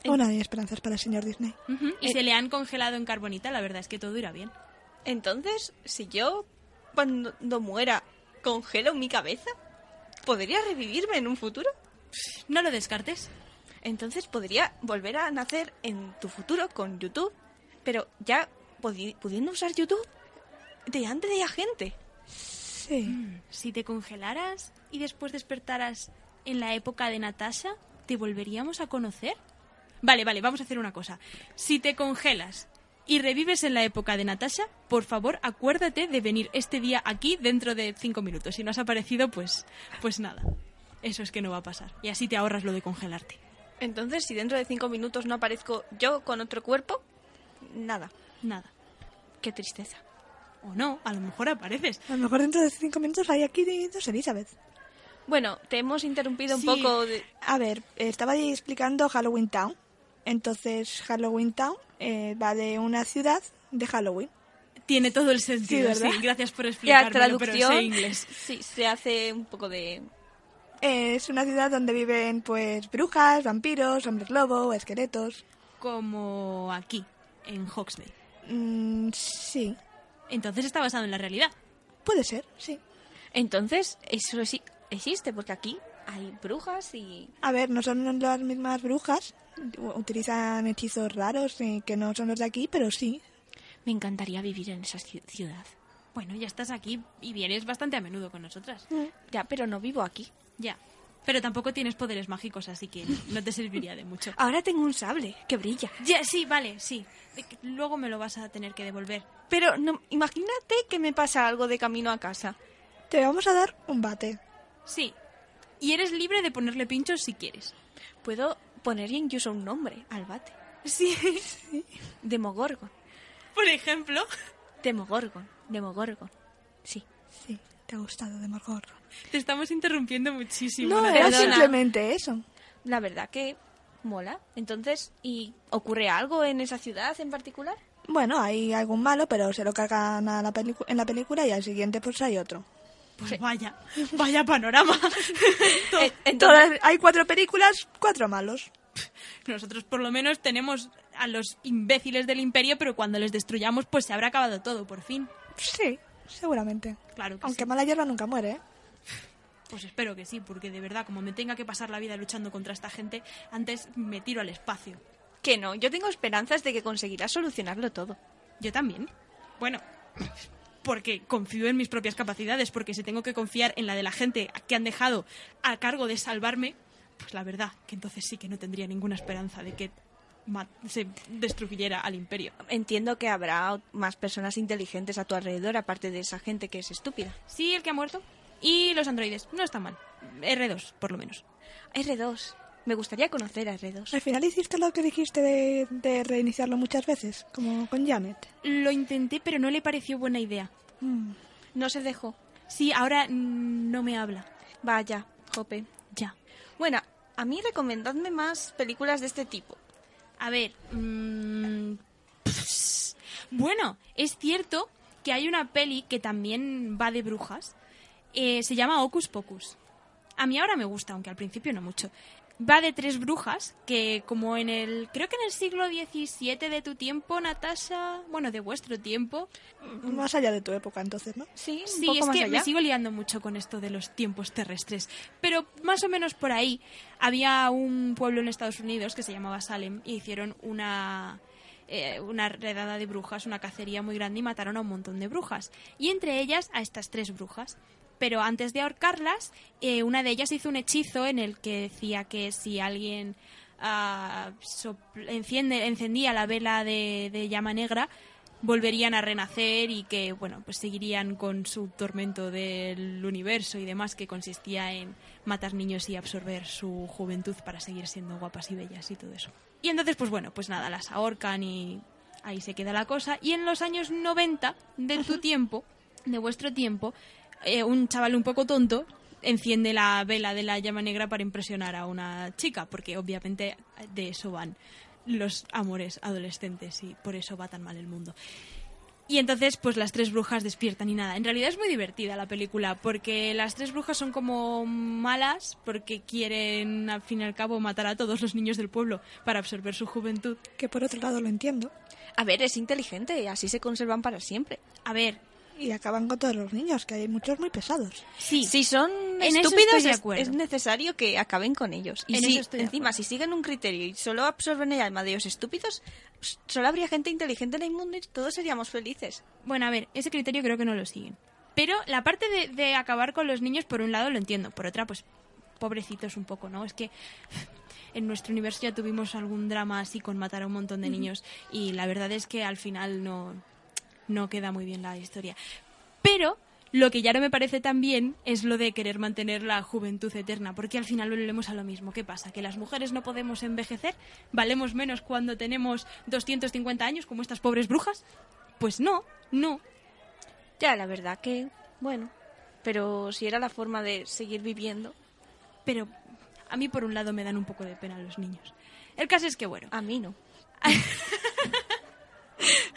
Bueno, hay esperanzas para el señor Disney. Ujú, Y se le han congelado en carbonita, la verdad es que todo irá bien. Entonces, si yo, cuando muera, congelo mi cabeza, ¿podría revivirme en un futuro? No lo descartes. Entonces podría volver a nacer en tu futuro con YouTube, pero ya podi- pudiendo usar YouTube delante de la gente. Sí. Si te congelaras y después despertaras en la época de Natasha, ¿te volveríamos a conocer? Vale, vale, vamos a hacer una cosa. Si te congelas y revives en la época de Natasha, por favor, acuérdate de venir este día aquí dentro de cinco minutos. Si no has aparecido, pues, pues nada. Eso es que no va a pasar. Y así te ahorras lo de congelarte. Entonces, si dentro de cinco minutos no aparezco yo con otro cuerpo, nada. Nada. Qué tristeza. O no, a lo mejor apareces. A lo mejor dentro de cinco minutos hay aquí dos Elizabeth. Bueno, te hemos interrumpido Sí. un poco. de- A ver, estaba ahí explicando Halloween Town. Entonces, Halloween Town eh, va de una ciudad de Halloween. Tiene todo el sentido, sí. ¿verdad? Gracias por La explicarme, traducción. pero sé inglés. Sí, se hace un poco de. Eh, es una ciudad donde viven, pues, brujas, vampiros, hombres lobo, esqueletos. Como aquí, en Hoxley. Mm, sí, Entonces está basado en la realidad. puede ser, sí. Entonces, eso sí existe, porque aquí hay brujas y. A ver, no son las mismas brujas. u- Utilizan hechizos raros eh, que no son los de aquí, pero sí. Me encantaría vivir en esa ci- ciudad. Bueno, ya estás aquí y vienes bastante a menudo con nosotras. Ya, pero no vivo aquí. Ya. Pero tampoco tienes poderes mágicos, así que no te serviría de mucho. Ah. Ahora tengo un sable que brilla. Ya, sí, vale, sí. De que Luego me lo vas a tener que devolver. Pero no, imagínate que me pasa algo de camino a casa. Te vamos a dar un bate. Sí. Y eres libre de ponerle pinchos si quieres. Puedo poner incluso un nombre al bate. Sí. Demogorgon. Por ejemplo. Demogorgon. Demogorgon. Sí. Sí, te ha gustado de Morgorgon. Te estamos interrumpiendo No, muchísimo. Natalia. era perdona. simplemente eso. La verdad que mola. Entonces, ¿y ocurre algo en esa ciudad en particular? Bueno, hay algún malo, pero se lo cargan a la pelicu- en la película y al siguiente pues hay otro. Pues vaya, vaya panorama. To- Eh, entonces- Todas- hay cuatro películas, cuatro malos. Nosotros por lo menos tenemos a los imbéciles del imperio, pero cuando les destruyamos pues se habrá acabado todo, por fin. Sí, seguramente. Claro que Aunque sí. mala hierba nunca muere, ¿eh? Pues espero que sí, porque de verdad, como me tenga que pasar la vida luchando contra esta gente, antes me tiro al espacio. que no, yo tengo esperanzas de que conseguirás solucionarlo todo. Yo también. Bueno, porque confío en mis propias capacidades, porque si tengo que confiar en la de la gente que han dejado a cargo de salvarme, pues la verdad que entonces sí que no tendría ninguna esperanza de que ma- se destruyera al imperio. Entiendo que habrá más personas inteligentes a tu alrededor, aparte de esa gente que es estúpida. Sí, el que ha muerto. Y los androides, no están mal. R2, por lo menos. R2. Me gustaría conocer a R2. Al final hiciste lo que dijiste de, de reiniciarlo muchas veces, como con Janet. Lo intenté, pero no le pareció buena idea. Mm. No se dejó. Sí, ahora mm, no me habla. Vaya, Jope. Ya. Bueno, A mí recomendadme más películas de este tipo. A ver. mm, pss. bueno, es cierto que hay una peli que también va de brujas. eh, se llama Ocus Pocus. A mí ahora me gusta, aunque al principio no mucho. Va de tres brujas que, como en el. Creo que en el siglo XVII de tu tiempo, Natasha. Bueno, de vuestro tiempo. Más allá de tu época, entonces, ¿no? Sí, un Sí, poco es más que allá. me sigo liando mucho con esto de los tiempos terrestres. Pero más o menos por ahí había un pueblo en Estados Unidos que se llamaba Salem y hicieron una eh, una redada de brujas, una cacería muy grande y mataron a un montón de brujas. Y entre ellas a estas tres brujas. Pero antes de ahorcarlas, eh, una de ellas hizo un hechizo en el que decía que si alguien ah, sopl- enciende, encendía la vela de, de llama negra, volverían a renacer y que, bueno, pues seguirían con su tormento del universo y demás, que consistía en matar niños y absorber su juventud para seguir siendo guapas y bellas y todo eso. Y entonces, pues bueno, pues nada, las ahorcan y ahí se queda la cosa. Y en los años 90 de tu tiempo, de vuestro tiempo, eh, un chaval un poco tonto enciende la vela de la llama negra para impresionar a una chica, porque obviamente de eso van los amores adolescentes y por eso va tan mal el mundo. Y entonces, pues las tres brujas despiertan y nada. En realidad es muy divertida la película, porque las tres brujas son como malas, porque quieren, al fin y al cabo, matar a todos los niños del pueblo para absorber su juventud. Que por otro lado lo entiendo. A ver, es inteligente, así se conservan para siempre. A ver, Y acaban con todos los niños, que hay muchos muy pesados. sí, Si son En eso estúpidos, estoy de es- acuerdo. es necesario que acaben con ellos. Y En si, eso estoy de encima, acuerdo. si siguen un criterio y solo absorben el alma de los estúpidos, s- solo habría gente inteligente en el mundo y todos seríamos felices. Bueno, a ver, ese criterio creo que no lo siguen. Pero la parte de, de acabar con los niños, por un lado lo entiendo, por otra, pues pobrecitos un poco, ¿no? Es que en nuestro universo ya tuvimos algún drama así con matar a un montón de niños y la verdad es que al final no, no queda muy bien la historia. Pero lo que ya no me parece tan bien es lo de querer mantener la juventud eterna, porque al final volvemos a lo mismo. ¿Qué pasa? ¿Que las mujeres no podemos envejecer? ¿Valemos menos cuando tenemos 250 años como estas pobres brujas? Pues no, no. Ya, la verdad que, bueno, pero si era la forma de seguir viviendo, Pero a mí por un lado me dan un poco de pena los niños. El caso es que bueno. a mí no.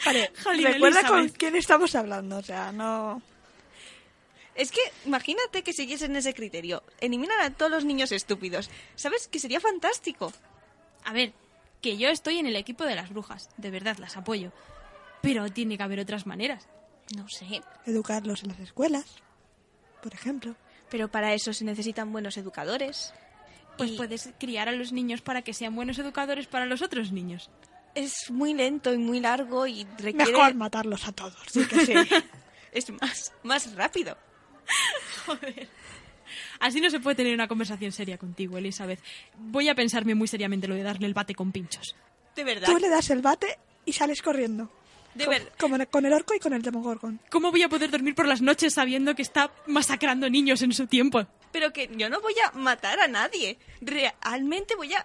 Vale, Jolín, recuerda con Elizabeth. quién estamos hablando, o sea, no... Es que imagínate que siguiesen ese criterio. Eliminar a todos los niños estúpidos. ¿Sabes? Que sería fantástico. A ver, que yo estoy en el equipo de las brujas, de verdad las apoyo. Pero tiene que haber otras maneras. No sé. Educarlos en las escuelas, por ejemplo. Pero para eso se necesitan buenos educadores. Pues Y puedes criar a los niños para que sean buenos educadores para los otros niños. Es muy lento y muy largo y requiere... Mejor matarlos a todos, sí que sí. Es más, más rápido. Así no se puede tener una conversación seria contigo, Elizabeth. Voy a pensarme muy seriamente lo de darle el bate con pinchos. De verdad. Tú le das el bate y sales corriendo. De Co- verdad. Como en- con el orco y con el demogorgon. ¿Cómo voy a poder dormir por las noches sabiendo que está masacrando niños en su tiempo? Pero que yo no voy a matar a nadie. Realmente voy a...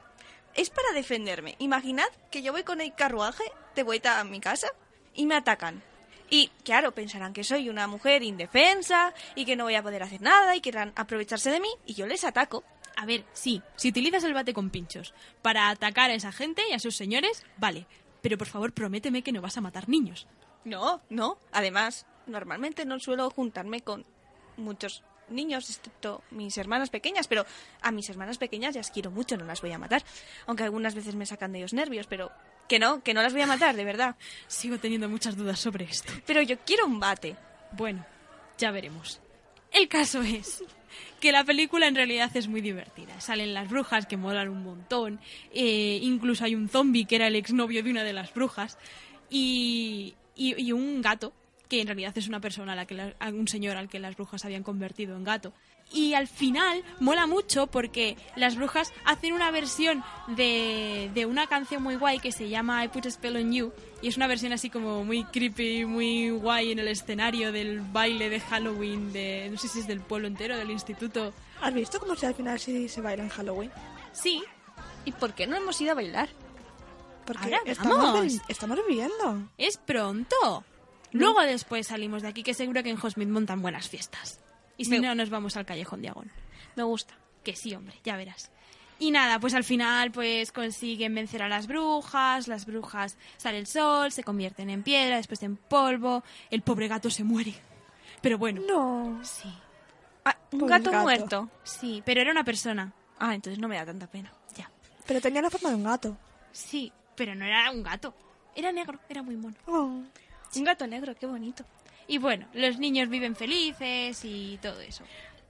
Es para defenderme. Imaginad que yo voy con el carruaje de vuelta a mi casa y me atacan. Y claro, pensarán que soy una mujer indefensa y que no voy a poder hacer nada y querrán aprovecharse de mí y yo les ataco. A ver, sí, si utilizas el bate con pinchos para atacar a esa gente y a sus señores, vale. Pero por favor, prométeme que no vas a matar niños. No, no. Además, normalmente no suelo juntarme con muchos niños, excepto mis hermanas pequeñas, pero a mis hermanas pequeñas las quiero mucho, no las voy a matar. Aunque algunas veces me sacan de ellos nervios, pero que no, que no las voy a matar, de verdad. Sigo teniendo muchas dudas sobre esto. Pero yo quiero un bate. Bueno, ya veremos. El caso es que la película en realidad es muy divertida. Salen las brujas que molan un montón. eh, incluso hay un zombie que era el exnovio de una de las brujas. Y, y- y un gato, que en realidad es una persona, a la que la- a un señor al que las brujas habían convertido en gato. Y al final mola mucho porque las brujas hacen una versión de, de una canción muy guay que se llama I Put a Spell on You. Y es una versión así como muy creepy, muy guay en el escenario del baile de Halloween, de no sé si es del pueblo entero, del instituto. ¿Has visto cómo se al final sí se baila en Halloween? Sí, ¿Y por qué no hemos ido a bailar? Porque Ahora estamos, vamos. vi- estamos viviendo. es pronto. Luego después salimos de aquí, que seguro que en Hogsmeade montan buenas fiestas. Y si Me- no, nos vamos al Callejón Diagon. Me gusta. Que sí, hombre, ya verás. Y nada, pues al final pues consiguen vencer a las brujas, las brujas sale el sol, se convierten en piedra, después en polvo, el pobre gato se muere. Pero bueno, No. sí, Ah, un Pobre gato, gato. muerto. sí, pero era una persona, Ah, entonces no me da tanta pena. ya. Pero tenía la forma de un gato. Sí, pero no era un gato, era negro, era muy mono. Oh. Un gato negro, qué bonito. Y bueno, los niños viven felices y todo eso.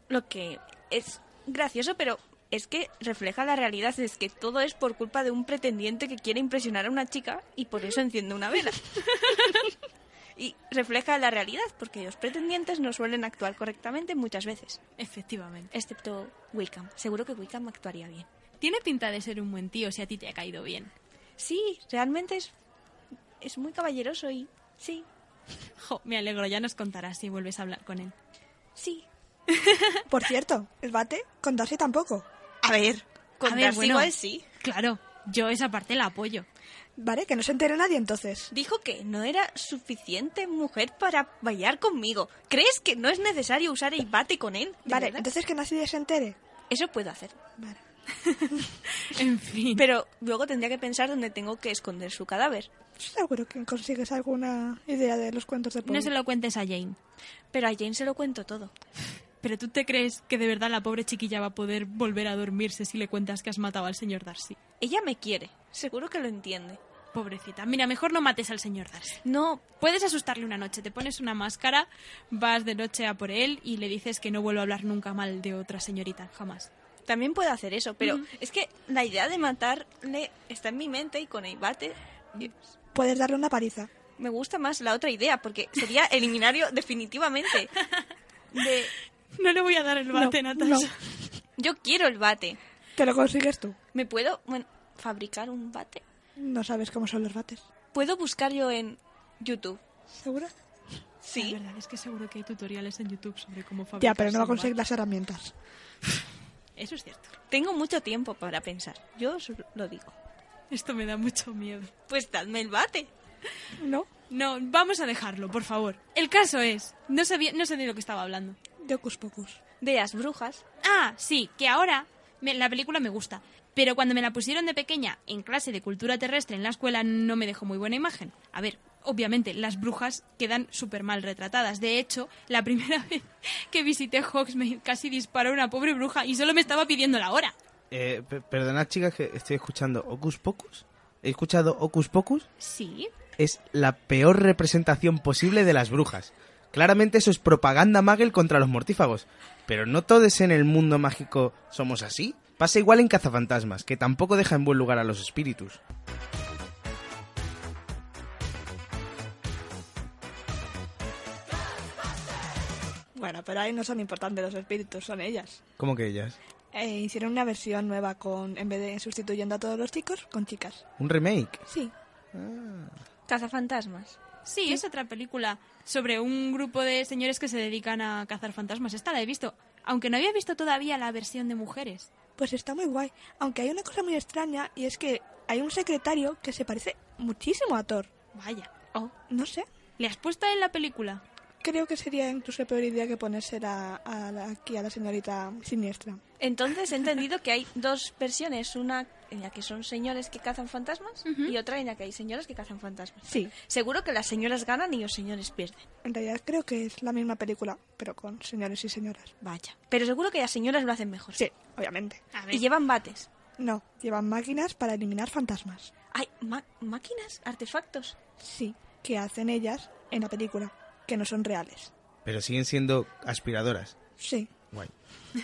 Lo que es gracioso, pero es que refleja la realidad. Es que todo es por culpa de un pretendiente que quiere impresionar a una chica y por eso enciende una vela. y refleja la realidad, porque los pretendientes no suelen actuar correctamente muchas veces. Efectivamente. Excepto Wickham. Seguro que Wickham actuaría bien. Tiene pinta de ser un buen tío si a ti te ha caído bien. Sí, realmente es, es muy caballeroso y... Sí, Jo, me alegro, ya nos contarás si vuelves a hablar con él. sí. Por cierto, el bate con Darcy tampoco. A ver, con A ver, Darcy bueno. igual sí. Claro, yo esa parte la apoyo. Vale, que no se entere nadie entonces. Dijo que no era suficiente mujer para bailar conmigo. ¿Crees que no es necesario usar el bate con él? ¿De Vale, verdad? entonces que nadie se entere. Eso puedo hacer. Vale. En fin. Pero luego tendría que pensar dónde tengo que esconder su cadáver. Seguro que consigues alguna idea de los cuentos de No Poe. se lo cuentes a Jane. Pero a Jane se lo cuento todo. Pero tú te crees que de verdad la pobre chiquilla va a poder volver a dormirse si le cuentas que has matado al señor Darcy. Ella me quiere. Seguro que lo entiende. Pobrecita, mira, mejor no mates al señor Darcy. No, Puedes asustarle una noche, te pones una máscara, vas de noche a por él y le dices que no vuelvo a hablar nunca mal de otra señorita, jamás. también puedo hacer eso, pero es que la idea de matarle está en mi mente y con el bate eh, Puedes darle una paliza. Me gusta más la otra idea, porque sería eliminario definitivamente. De, No le voy a dar el bate, no, Natasha. no, yo quiero el bate. Te lo consigues tú. ¿Me puedo bueno, fabricar un bate? No sabes cómo son los bates. ¿Puedo buscar yo en YouTube? ¿Seguro? Sí. La verdad es que seguro que hay tutoriales en YouTube sobre cómo Ya, fabricar. pero no va a conseguir las herramientas. Eso es cierto. Tengo mucho tiempo para pensar. Yo os lo digo. Esto me da mucho miedo. Pues dadme el bate. No. No, vamos a dejarlo, por favor. El caso es, no sabía, no sé de lo que estaba hablando. De Ocus Pocus. De las brujas. Ah, sí, que ahora me- la película me gusta, pero cuando me la pusieron de pequeña en clase de cultura terrestre en la escuela no me dejó muy buena imagen. A ver, obviamente las brujas quedan súper mal retratadas. De hecho, la primera vez que visité Hogsmeade casi disparó a una pobre bruja y solo me estaba pidiendo la hora. Eh, per- perdonad, chicas, que estoy escuchando Ocus Pocus. He escuchado Ocus Pocus. Sí, Es la peor representación posible de las brujas. Claramente eso es propaganda Magel contra los mortífagos. Pero no todos en el mundo mágico somos así. Pasa igual en Cazafantasmas, que tampoco deja en buen lugar a los espíritus. Bueno, pero ahí no son importantes los espíritus, son ellas. ¿Cómo que ellas? Eh, hicieron una versión nueva con, en vez de sustituyendo a todos los chicos, con chicas. ¿Un remake? Sí. Cazafantasmas. Sí, es otra película sobre un grupo de señores que se dedican a cazar fantasmas. Esta la he visto, aunque no había visto todavía la versión de mujeres. Pues está muy guay. Aunque hay una cosa muy extraña y es que hay un secretario que se parece muchísimo a Thor. Vaya. Oh, No sé. ¿le has puesto en la película? Creo que sería incluso peor idea que ponerse a, a la- aquí a la señorita siniestra. Entonces he entendido que hay dos versiones. Una en la que son señores que cazan fantasmas y otra en la que hay señoras que cazan fantasmas. Sí. Seguro que las señoras ganan y los señores pierden. En realidad creo que es la misma película, pero con señores y señoras. Vaya. Pero seguro que las señoras lo hacen mejor. Sí, obviamente. A Y llevan bates. No, llevan máquinas para eliminar fantasmas. Hay ma- máquinas, artefactos. Sí, que hacen ellas en la película, que no son reales. Pero siguen siendo aspiradoras. Sí. Guay.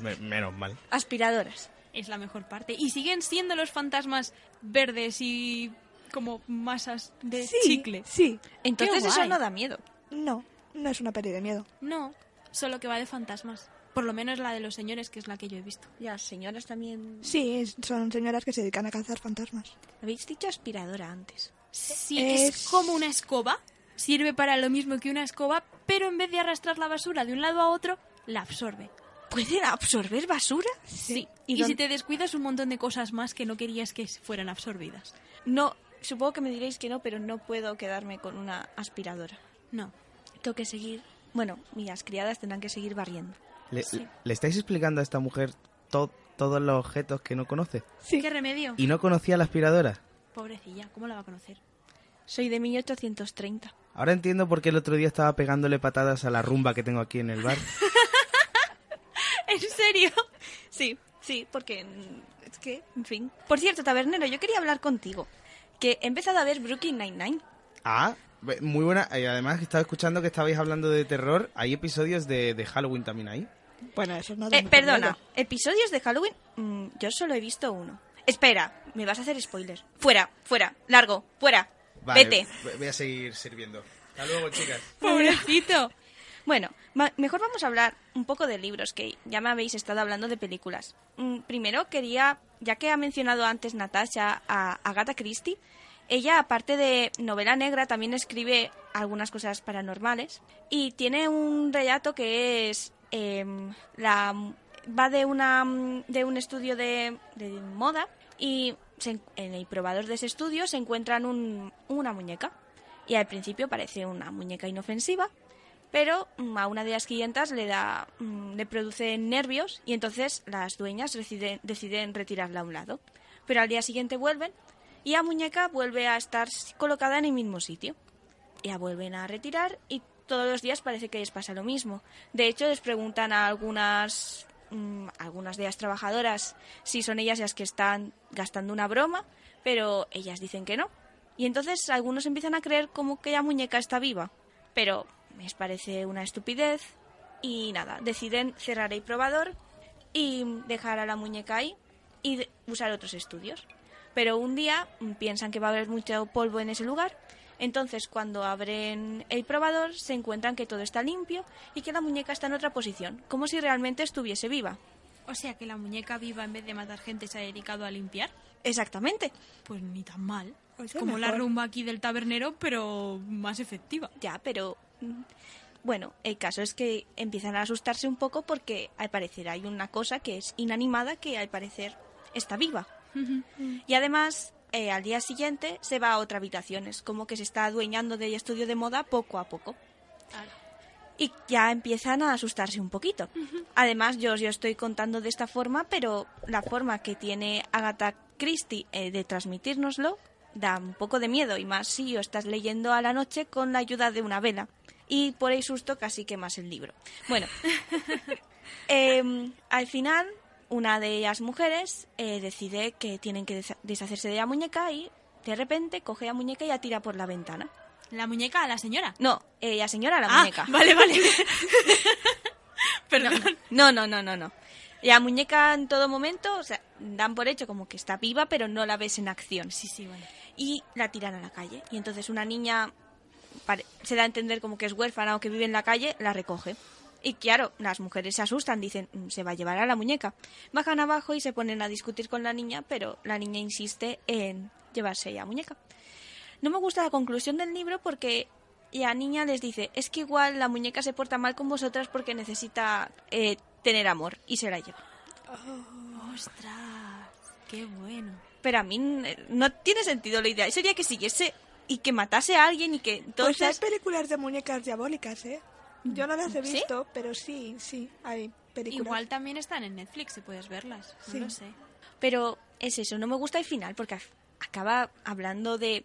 Me- menos mal. Aspiradoras. Es la mejor parte. Y siguen siendo los fantasmas verdes y como masas Eh, de sí, chicle. Sí. Entonces Qué eso guay. no da miedo. No, no es una peli de miedo. No, solo que va de fantasmas. Por lo menos la de los señores, que es la que yo he visto. Y las señoras también... Sí, es- son señoras que se dedican a cazar fantasmas. Habéis dicho aspiradora antes. Sí, Es- es como una escoba. Sirve para lo mismo que una escoba, pero en vez de arrastrar la basura de un lado a otro, la absorbe. ¿Pueden absorber basura? Sí. ¿Y Y, dónde- si te descuidas un montón de cosas más que no querías que fueran absorbidas. No, supongo que me diréis que no, pero no puedo quedarme con una aspiradora. No. Tengo que seguir... Bueno, y las criadas tendrán que seguir barriendo. Le, le estáis explicando a esta mujer to- todos los objetos que no conoce. ¿Qué remedio? Y no conocía la aspiradora. Pobrecilla, ¿cómo la va a conocer? Soy de 1830. Ahora entiendo por qué el otro día estaba pegándole patadas a la rumba que tengo aquí en el bar. ¿En serio? Sí, sí, porque mm, es que, en fin. Por cierto, tabernero, yo quería hablar contigo. Que he empezado a ver Brooklyn Nine-Nine. Ah, ve- muy buena. Y además estaba escuchando que estabais hablando de terror. Hay episodios de, de Halloween también ahí. Bueno, eso no da Eh, mucho perdona, miedo. episodios de Halloween, mm, yo solo he visto uno. Espera, me vas a hacer spoiler. Fuera, fuera, largo, fuera, Vale, vete. ve- Voy a seguir sirviendo. Hasta luego, chicas. Pobrecito. Bueno, ma- mejor vamos a hablar un poco de libros, que ya me habéis estado hablando de películas. Mm, primero quería, ya que ha mencionado antes Natasha a Agatha Christie, ella aparte de novela negra también escribe algunas cosas paranormales y tiene un relato que es em, la va de una mm, de un estudio de, de moda y se en- en el probador de ese estudio se encuentran un- una muñeca y al principio parece una muñeca inofensiva pero mm, a una de las clientas le da mm, le produce nervios y entonces las dueñas deciden, deciden retirarla a un lado pero al día siguiente vuelven y la muñeca vuelve a estar s- colocada en el mismo sitio ya vuelven a retirar y todos los días parece que les pasa lo mismo. De hecho, les preguntan a algunas, mm, algunas de las trabajadoras si son ellas las que están gastando una broma, pero ellas dicen que no. Y entonces algunos empiezan a creer como que la muñeca está viva. Pero les parece una estupidez y nada, deciden cerrar el probador y dejar a la muñeca ahí y de- usar otros estudios. Pero un día mm, piensan que va a haber mucho polvo en ese lugar, entonces cuando abren el probador se encuentran que todo está limpio y que la muñeca está en otra posición, como si realmente estuviese viva. O sea que la muñeca viva en vez de matar gente se ha dedicado a limpiar. Exactamente. Pues ni tan mal. Oye, es como la Pues mejor. rumba aquí del tabernero, pero más efectiva. Ya, pero... mm, Bueno, el caso es que empiezan a asustarse un poco porque al parecer hay una cosa que es inanimada que al parecer está viva. Y además, eh, al día siguiente se va a otra habitación. Es como que se está adueñando del estudio de moda poco a poco. Y ya empiezan a asustarse un poquito. Además, yo os yo estoy contando de esta forma, pero la forma que tiene Agatha Christie eh, de transmitírnoslo da un poco de miedo, y más si lo estás leyendo a la noche con la ayuda de una vela. Y por el susto casi quemas el libro. Bueno, eh, al final, una de las mujeres eh, decide que tienen que desha- deshacerse de la muñeca y de repente coge la muñeca y la tira por la ventana. La muñeca a la señora. No, eh, la señora a la ah, muñeca. vale, vale. Perdón. No, no, no, no, no. La muñeca en todo momento, o sea, dan por hecho como que está viva, pero no la ves en acción. Sí, sí, vale. Y la tiran a la calle. Y entonces una niña pare- se da a entender como que es huérfana o que vive en la calle, la recoge. Y claro, las mujeres se asustan, dicen, "Mm, se va a llevar a la muñeca. Bajan abajo y se ponen a discutir con la niña, pero la niña insiste en llevarse la muñeca. No me gusta la conclusión del libro porque la niña les dice, es que igual la muñeca se porta mal con vosotras porque necesita eh, tener amor y se la lleva. Ostras, qué bueno. Pero a mí eh, no tiene sentido la idea. Sería que siguiese y que matase a alguien y que Pues hay entonces... películas de muñecas diabólicas, ¿eh? Yo no las he ¿Sí? visto, pero sí, sí, hay películas. Igual también están en Netflix, si puedes verlas. Sí. No lo sé. Pero es eso, no me gusta el final porque af- acaba hablando de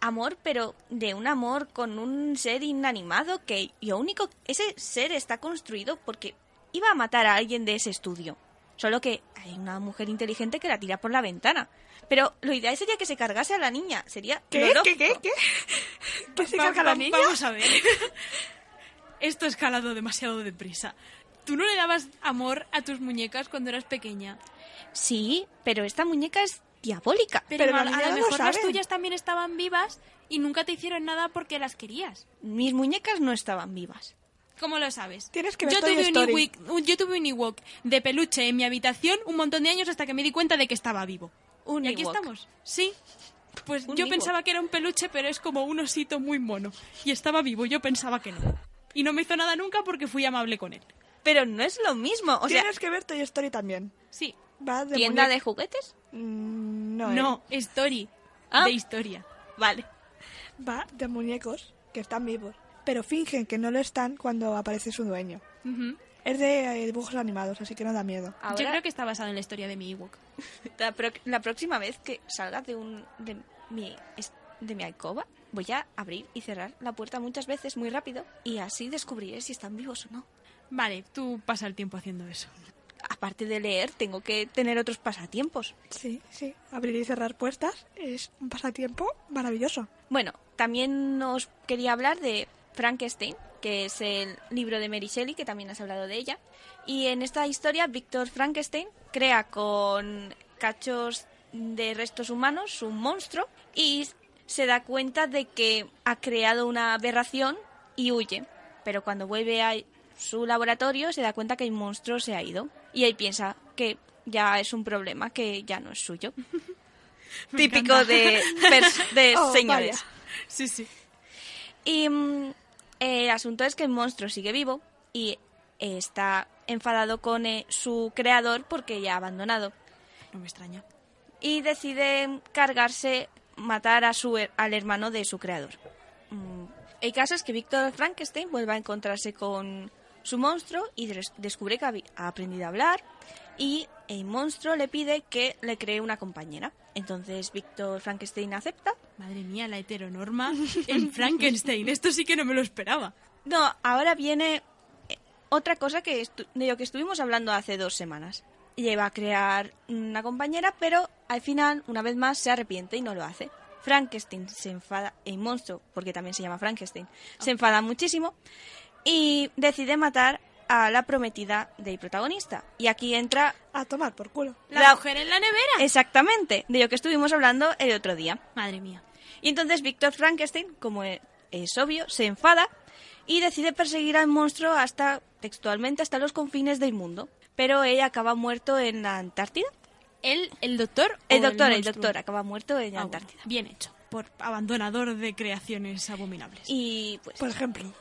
amor, pero de un amor con un ser inanimado que lo único, ese ser está construido porque iba a matar a alguien de ese estudio. Solo que hay una mujer inteligente que la tira por la ventana. Pero lo ideal sería que se cargase a la niña. Sería lo ¿Qué? ¿Qué? lógico. ¿Qué? ¿Qué? ¿Que se Va- carga la va- niña? Vamos a ver. Esto ha escalado demasiado deprisa. ¿Tú no le dabas amor a tus muñecas cuando eras pequeña? Sí, pero esta muñeca es diabólica. Pero, Pero a, no- a ahora lo lo mejor las saben. tuyas también estaban vivas y nunca te hicieron nada porque las querías. Mis muñecas no estaban vivas. ¿Cómo lo sabes? Tienes que ver yo, Toy tuve un Story. Ewok- un- yo tuve un Ewok de peluche en mi habitación un montón de años hasta que me di cuenta de que estaba vivo. Un y aquí Ewok. estamos. Sí. Pues Un yo Ewok. pensaba que era un peluche, pero es como un osito muy mono. Y estaba vivo, yo pensaba que no. Y no me hizo nada nunca porque fui amable con él. Pero no es lo mismo. O sea, Tienes que ver Toy Story también. Sí. Va de tienda muñe- de juguetes. Mm, No, No, story. Ah. De historia. Vale. eh. Va de muñecos que están vivos, pero fingen que no lo están cuando aparece su dueño. Ujú. Es de eh, dibujos animados, así que no da miedo. Ahora, Yo creo que está basado en la historia de mi Ewok. la, pro- la próxima vez que salga de, un, de, mi, es- de mi alcoba, voy a abrir y cerrar la puerta muchas veces muy rápido y así descubriré si están vivos o no. Vale, tú pasa el tiempo haciendo eso. Aparte de leer, tengo que tener otros pasatiempos. Sí, sí. Abrir y cerrar puertas es un pasatiempo maravilloso. Bueno, también os quería hablar de Frankenstein, que es el libro de Mary Shelley, que también has hablado de ella. Y en esta historia, Víctor Frankenstein crea con cachos de restos humanos un monstruo y se da cuenta de que ha creado una aberración y huye. Pero cuando vuelve a su laboratorio se da cuenta que el monstruo se ha ido. Y él piensa que ya es un problema, que ya no es suyo. Típico de, pers- de Oh, señores. vaya. Sí, sí. Y mm, el asunto es que el monstruo sigue vivo y eh, está enfadado con eh, su creador porque ya ha abandonado. No me extraña. Y decide cargarse, matar a su, her- al hermano de su creador. Mm, El caso es que Víctor Frankenstein vuelve a encontrarse con su monstruo y des- descubre que habi- ha aprendido a hablar y el monstruo le pide que le cree una compañera. Entonces Víctor Frankenstein acepta Madre mía, la heteronorma en Frankenstein. Esto sí que no me lo esperaba. No, ahora viene eh, otra cosa que estu- de lo que estuvimos hablando hace dos semanas. Lleva a crear una compañera, pero al final, una vez más, se arrepiente y no lo hace. Frankenstein se enfada, el monstruo, porque también se llama Frankenstein, se enfada muchísimo y decide matar a la prometida del protagonista. Y aquí entra A tomar por culo. La, La- mujer en la nevera. exactamente de lo que estuvimos hablando el otro día. Madre mía. Y entonces Víctor Frankenstein, como e- es obvio, se enfada y decide perseguir al monstruo hasta, textualmente, hasta los confines del mundo. Pero él acaba muerto en la Antártida. ¿El, el doctor? o El doctor, el monstruo? doctor, acaba muerto en la Ah, bueno, Antártida. bien hecho. Por abandonador de creaciones abominables. Y pues Por ejemplo,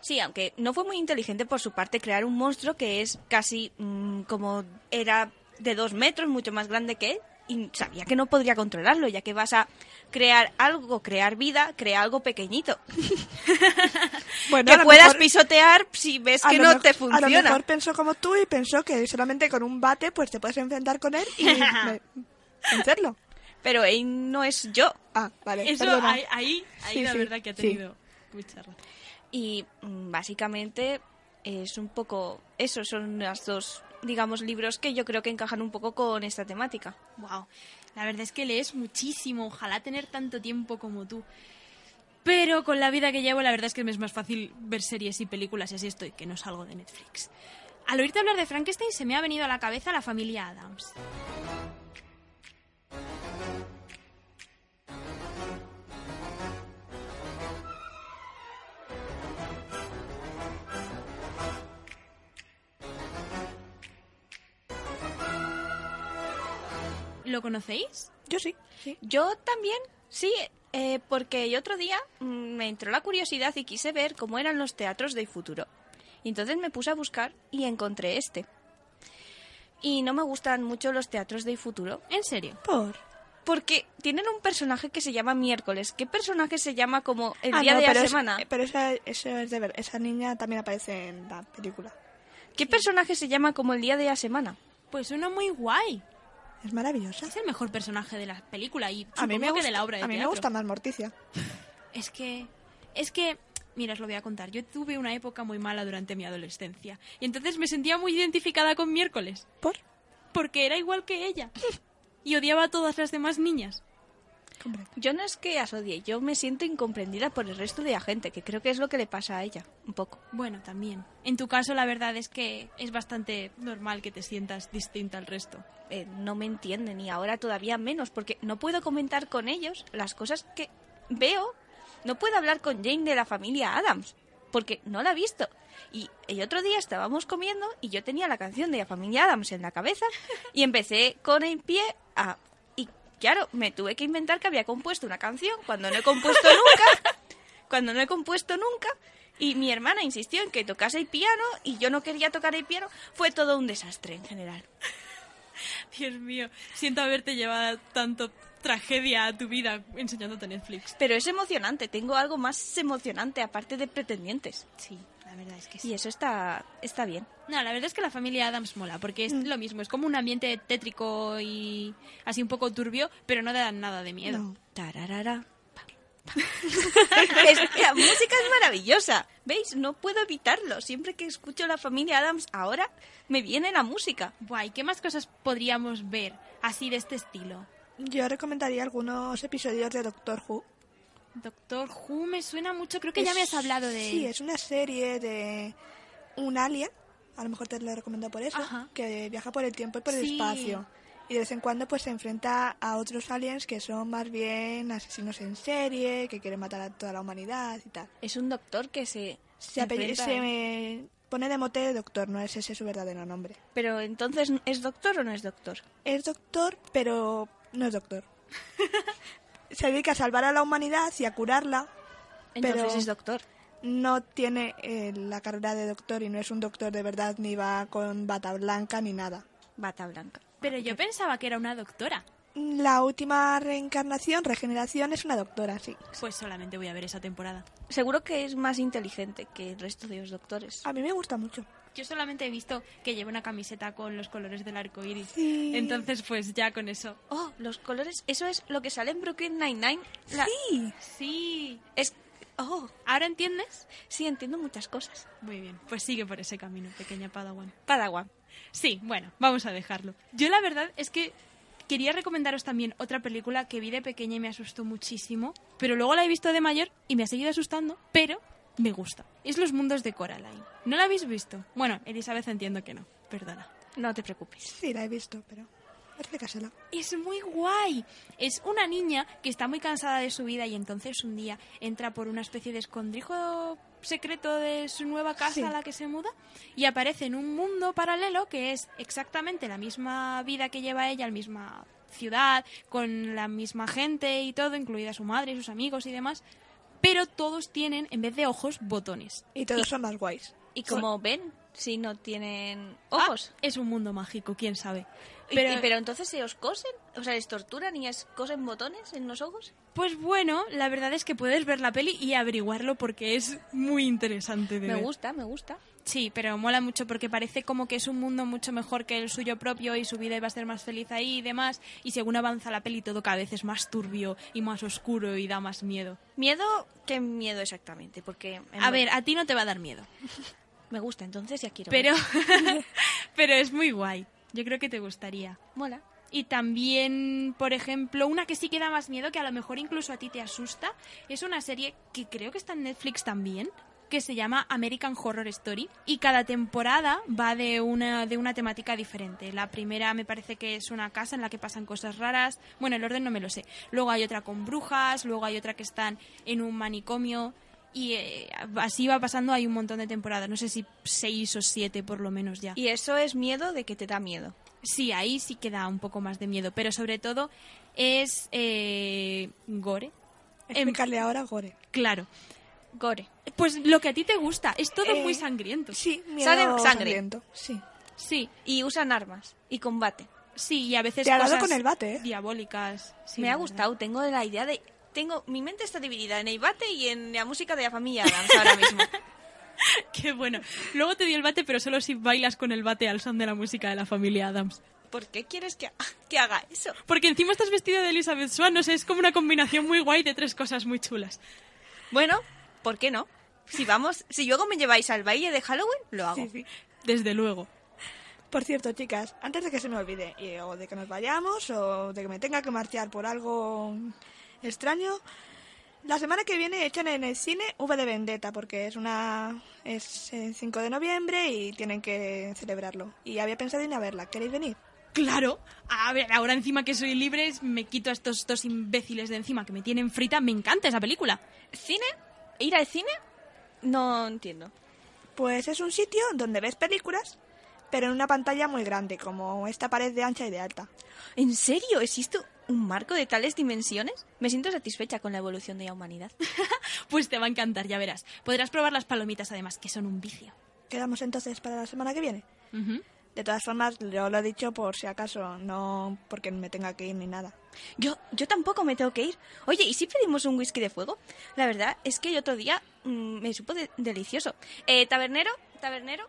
sí, aunque no fue muy inteligente por su parte crear un monstruo que es casi mm, como era de dos metros, mucho más grande que él, y sabía que no podría controlarlo, ya que vas a crear algo, crear vida, crea algo pequeñito. bueno, a que lo puedas mejor- pisotear si ves a que lo no mejor- te A funciona. lo mejor pensó como tú y pensó que solamente con un bate pues te puedes enfrentar con él y me- vencerlo. Pero él no es yo. Ah, vale. Eso perdona. ahí, ahí, ahí Sí, la sí, verdad que ha sí. tenido mucha razón. Y mm, básicamente es un poco. Esos son los dos, digamos, libros que yo creo que encajan un poco con esta temática. Wow, la verdad es que lees muchísimo. Ojalá tener tanto tiempo como tú. Pero con la vida que llevo, la verdad es que me es más fácil ver series y películas y así estoy, que no salgo de Netflix. Al oírte hablar de Frankenstein, se me ha venido a la cabeza la familia Adams. ¿Lo conocéis? Yo sí, sí. Yo también, sí, eh, porque el otro día mm, me entró la curiosidad y quise ver cómo eran los teatros del futuro. Y entonces me puse a buscar y encontré este. Y no me gustan mucho los teatros del futuro, En serio. Por. Porque tienen un personaje que se llama miércoles. ¿Qué personaje se llama como el Ah, día no, de la pero es- semana? pero esa, eso es de ver. Esa niña también aparece en la película. ¿Qué personaje se llama como el día de la semana? Pues uno muy guay. Es maravillosa. Es el mejor personaje de la película y A mí me supongo gusta, que de la obra de a mí me teatro. gusta más Morticia. Es que, es que, mira, os lo voy a contar. Yo tuve una época muy mala durante mi adolescencia y entonces me sentía muy identificada con miércoles Por. porque era igual que ella y odiaba a todas las demás niñas. Hombre. Yo no es que las odie, yo me siento incomprendida por el resto de la gente, que creo que es lo que le pasa a ella, un poco. Bueno, también. En tu caso, la verdad es que es bastante normal que te sientas distinta al resto. Eh, no me entienden y ahora todavía menos, porque no puedo comentar con ellos las cosas que veo. No puedo hablar con Jane de la familia Adams, porque no la he visto. Y el otro día estábamos comiendo y yo tenía la canción de la familia Adams en la cabeza y empecé con el pie a... Y claro, me tuve que inventar que había compuesto una canción cuando no he compuesto nunca, cuando no he compuesto nunca. Y mi hermana insistió en que tocase el piano y yo no quería tocar el piano. Fue todo un desastre en general. Dios mío, siento haberte llevado tanto tragedia a tu vida enseñándote Netflix. Pero es emocionante, tengo algo más emocionante aparte de pretendientes. Sí, la verdad es que sí. Y eso está, está bien. No, la verdad es que la familia Adams mola, porque es lo mismo, es como un ambiente tétrico y así un poco turbio, pero no te dan nada de miedo. No. Tararara. pa, pa. Es- la música es maravillosa. ¿Veis? No puedo evitarlo. Siempre que escucho la familia Adams ahora, me viene la música. Guay, ¿qué más cosas podríamos ver así de este estilo? Yo recomendaría algunos episodios de Doctor Who. Doctor Who me suena mucho, creo que ya me has Es- hablado de... Sí, es una serie de un alien, a lo mejor te lo recomiendo por eso, Ajá. que viaja por el tiempo y por el Sí. espacio. Y de vez en cuando pues se enfrenta a otros aliens que son más bien asesinos en serie, que quieren matar a toda la humanidad y tal. Es un doctor que se... Se, apell- enfrenta- se, eh, pone de mote de doctor, no es ese su verdadero nombre. Pero entonces, ¿es doctor o no es doctor? Es doctor, pero no es doctor. se dedica a salvar a la humanidad y a curarla. Entonces Pero- es doctor. No tiene eh, la carrera de doctor y no es un doctor de verdad, ni va con bata blanca ni nada. Bata blanca. Pero yo pensaba que era una doctora. La última reencarnación, regeneración, es una doctora, sí. Pues solamente voy a ver esa temporada. Seguro que es más inteligente que el resto de los doctores. A mí me gusta mucho. Yo solamente he visto que lleva una camiseta con los colores del arco iris. Sí. Entonces, pues ya con eso. Oh, los colores. Eso es lo que sale en Brooklyn Nine-Nine. La- Sí. Sí. Es... Oh, ¿Ahora entiendes? sí, entiendo muchas cosas. Muy bien, pues sigue por ese camino, pequeña Padawan. Padawan. Sí, bueno, vamos a dejarlo. Yo la verdad es que quería recomendaros también otra película que vi de pequeña y me asustó muchísimo, pero luego la he visto de mayor y me ha seguido asustando, pero me gusta. Es Los Mundos de Coraline. ¿No la habéis visto? Bueno, Elizabeth entiendo que no, perdona. No te preocupes. Sí, la he visto, pero explícasela. Es muy guay. Es una niña que está muy cansada de su vida y entonces un día entra por una especie de escondrijo secreto de su nueva casa Sí. a la que se muda y aparece en un mundo paralelo que es exactamente la misma vida que lleva ella, la misma ciudad, con la misma gente y todo, incluida su madre, sus amigos y demás, pero todos tienen, en vez de ojos, botones. Y todos son más guays. Y como ven, si no tienen ojos. Ah, es un mundo mágico, quién sabe. Y- y- Pero, entonces se os cosen, o sea, les torturan y les cosen botones en los ojos. Pues bueno, la verdad es que puedes ver la peli y averiguarlo porque es muy interesante de Me ver. gusta, me gusta. Sí, pero mola mucho porque parece como que es un mundo mucho mejor que el suyo propio y su vida iba a ser más feliz ahí y demás. Y según avanza la peli todo cada vez es más turbio y más oscuro y da más miedo. Miedo, ¿qué miedo exactamente? Porque en A bo- ver, a ti no te va a dar miedo, me gusta, entonces ya quiero. pero, ver. pero es muy guay. Yo creo que te gustaría. mola. Y también, por ejemplo, una que sí que da más miedo, que a lo mejor incluso a ti te asusta, es una serie que creo que está en Netflix también, que se llama American Horror Story. Y cada temporada va de una, de una temática diferente. La primera me parece que es una casa en la que pasan cosas raras. Bueno, el orden no me lo sé. Luego hay otra con brujas, luego hay otra que están en un manicomio. Y eh, así va pasando, hay un montón de temporadas, no sé si seis o siete por lo menos ya. Y eso es miedo de que te da miedo. Sí, ahí sí que da un poco más de miedo, pero sobre todo es eh, gore. Em, Explicarle ahora a Gore. claro. Gore. Pues lo que a ti te gusta, es todo Eh, muy sangriento. Sí, miedo Sale sangre. sangriento, Sí. sí, Y usan armas y combate. sí, y a veces Te ha dado cosas con el bate, ¿eh? diabólicas. Sí, me ha la gustado, tengo la idea de... Tengo, mi mente está dividida en el bate y en la música de la familia Adams ahora mismo. verdad. Qué bueno. Luego te doy el bate, pero solo si bailas con el bate al son de la música de la familia Adams. ¿Por qué quieres que, que haga eso? Porque encima estás vestida de Elizabeth Swan, no sé, es como una combinación muy guay de tres cosas muy chulas. Bueno, ¿por qué no? Si vamos, si luego me lleváis al baile de Halloween, lo Ah, hago. oh. Sí, sí. Desde luego. Por cierto, chicas, antes de que se me olvide, y- o de que nos vayamos, o de que me tenga que marchar por algo extraño, la semana que viene echan en el cine V de Vendetta, porque es una es el 5 de noviembre y tienen que celebrarlo. Y había pensado en ir a verla. ¿Queréis venir? Claro, a ver, ahora encima que soy libre, me quito a estos dos imbéciles de encima que me tienen frita. Me encanta esa película. ¿Cine? ¿Ir al cine? No entiendo. Pues es un sitio donde ves películas, pero en una pantalla muy grande, como esta pared de ancha y de alta. ¿En serio existe un marco de tales dimensiones? Me siento satisfecha con la evolución de la humanidad. Pues te va a encantar, ya verás. Podrás probar las palomitas además, que son un vicio. Quedamos entonces para la semana que viene. Ujú. De todas formas, yo lo he dicho por si acaso, no porque me tenga que ir ni nada. Yo, yo tampoco me tengo que ir. Oye, ¿y si pedimos un whisky de fuego? La verdad es que el otro día mm, me supo de- delicioso. Eh, tabernero, tabernero.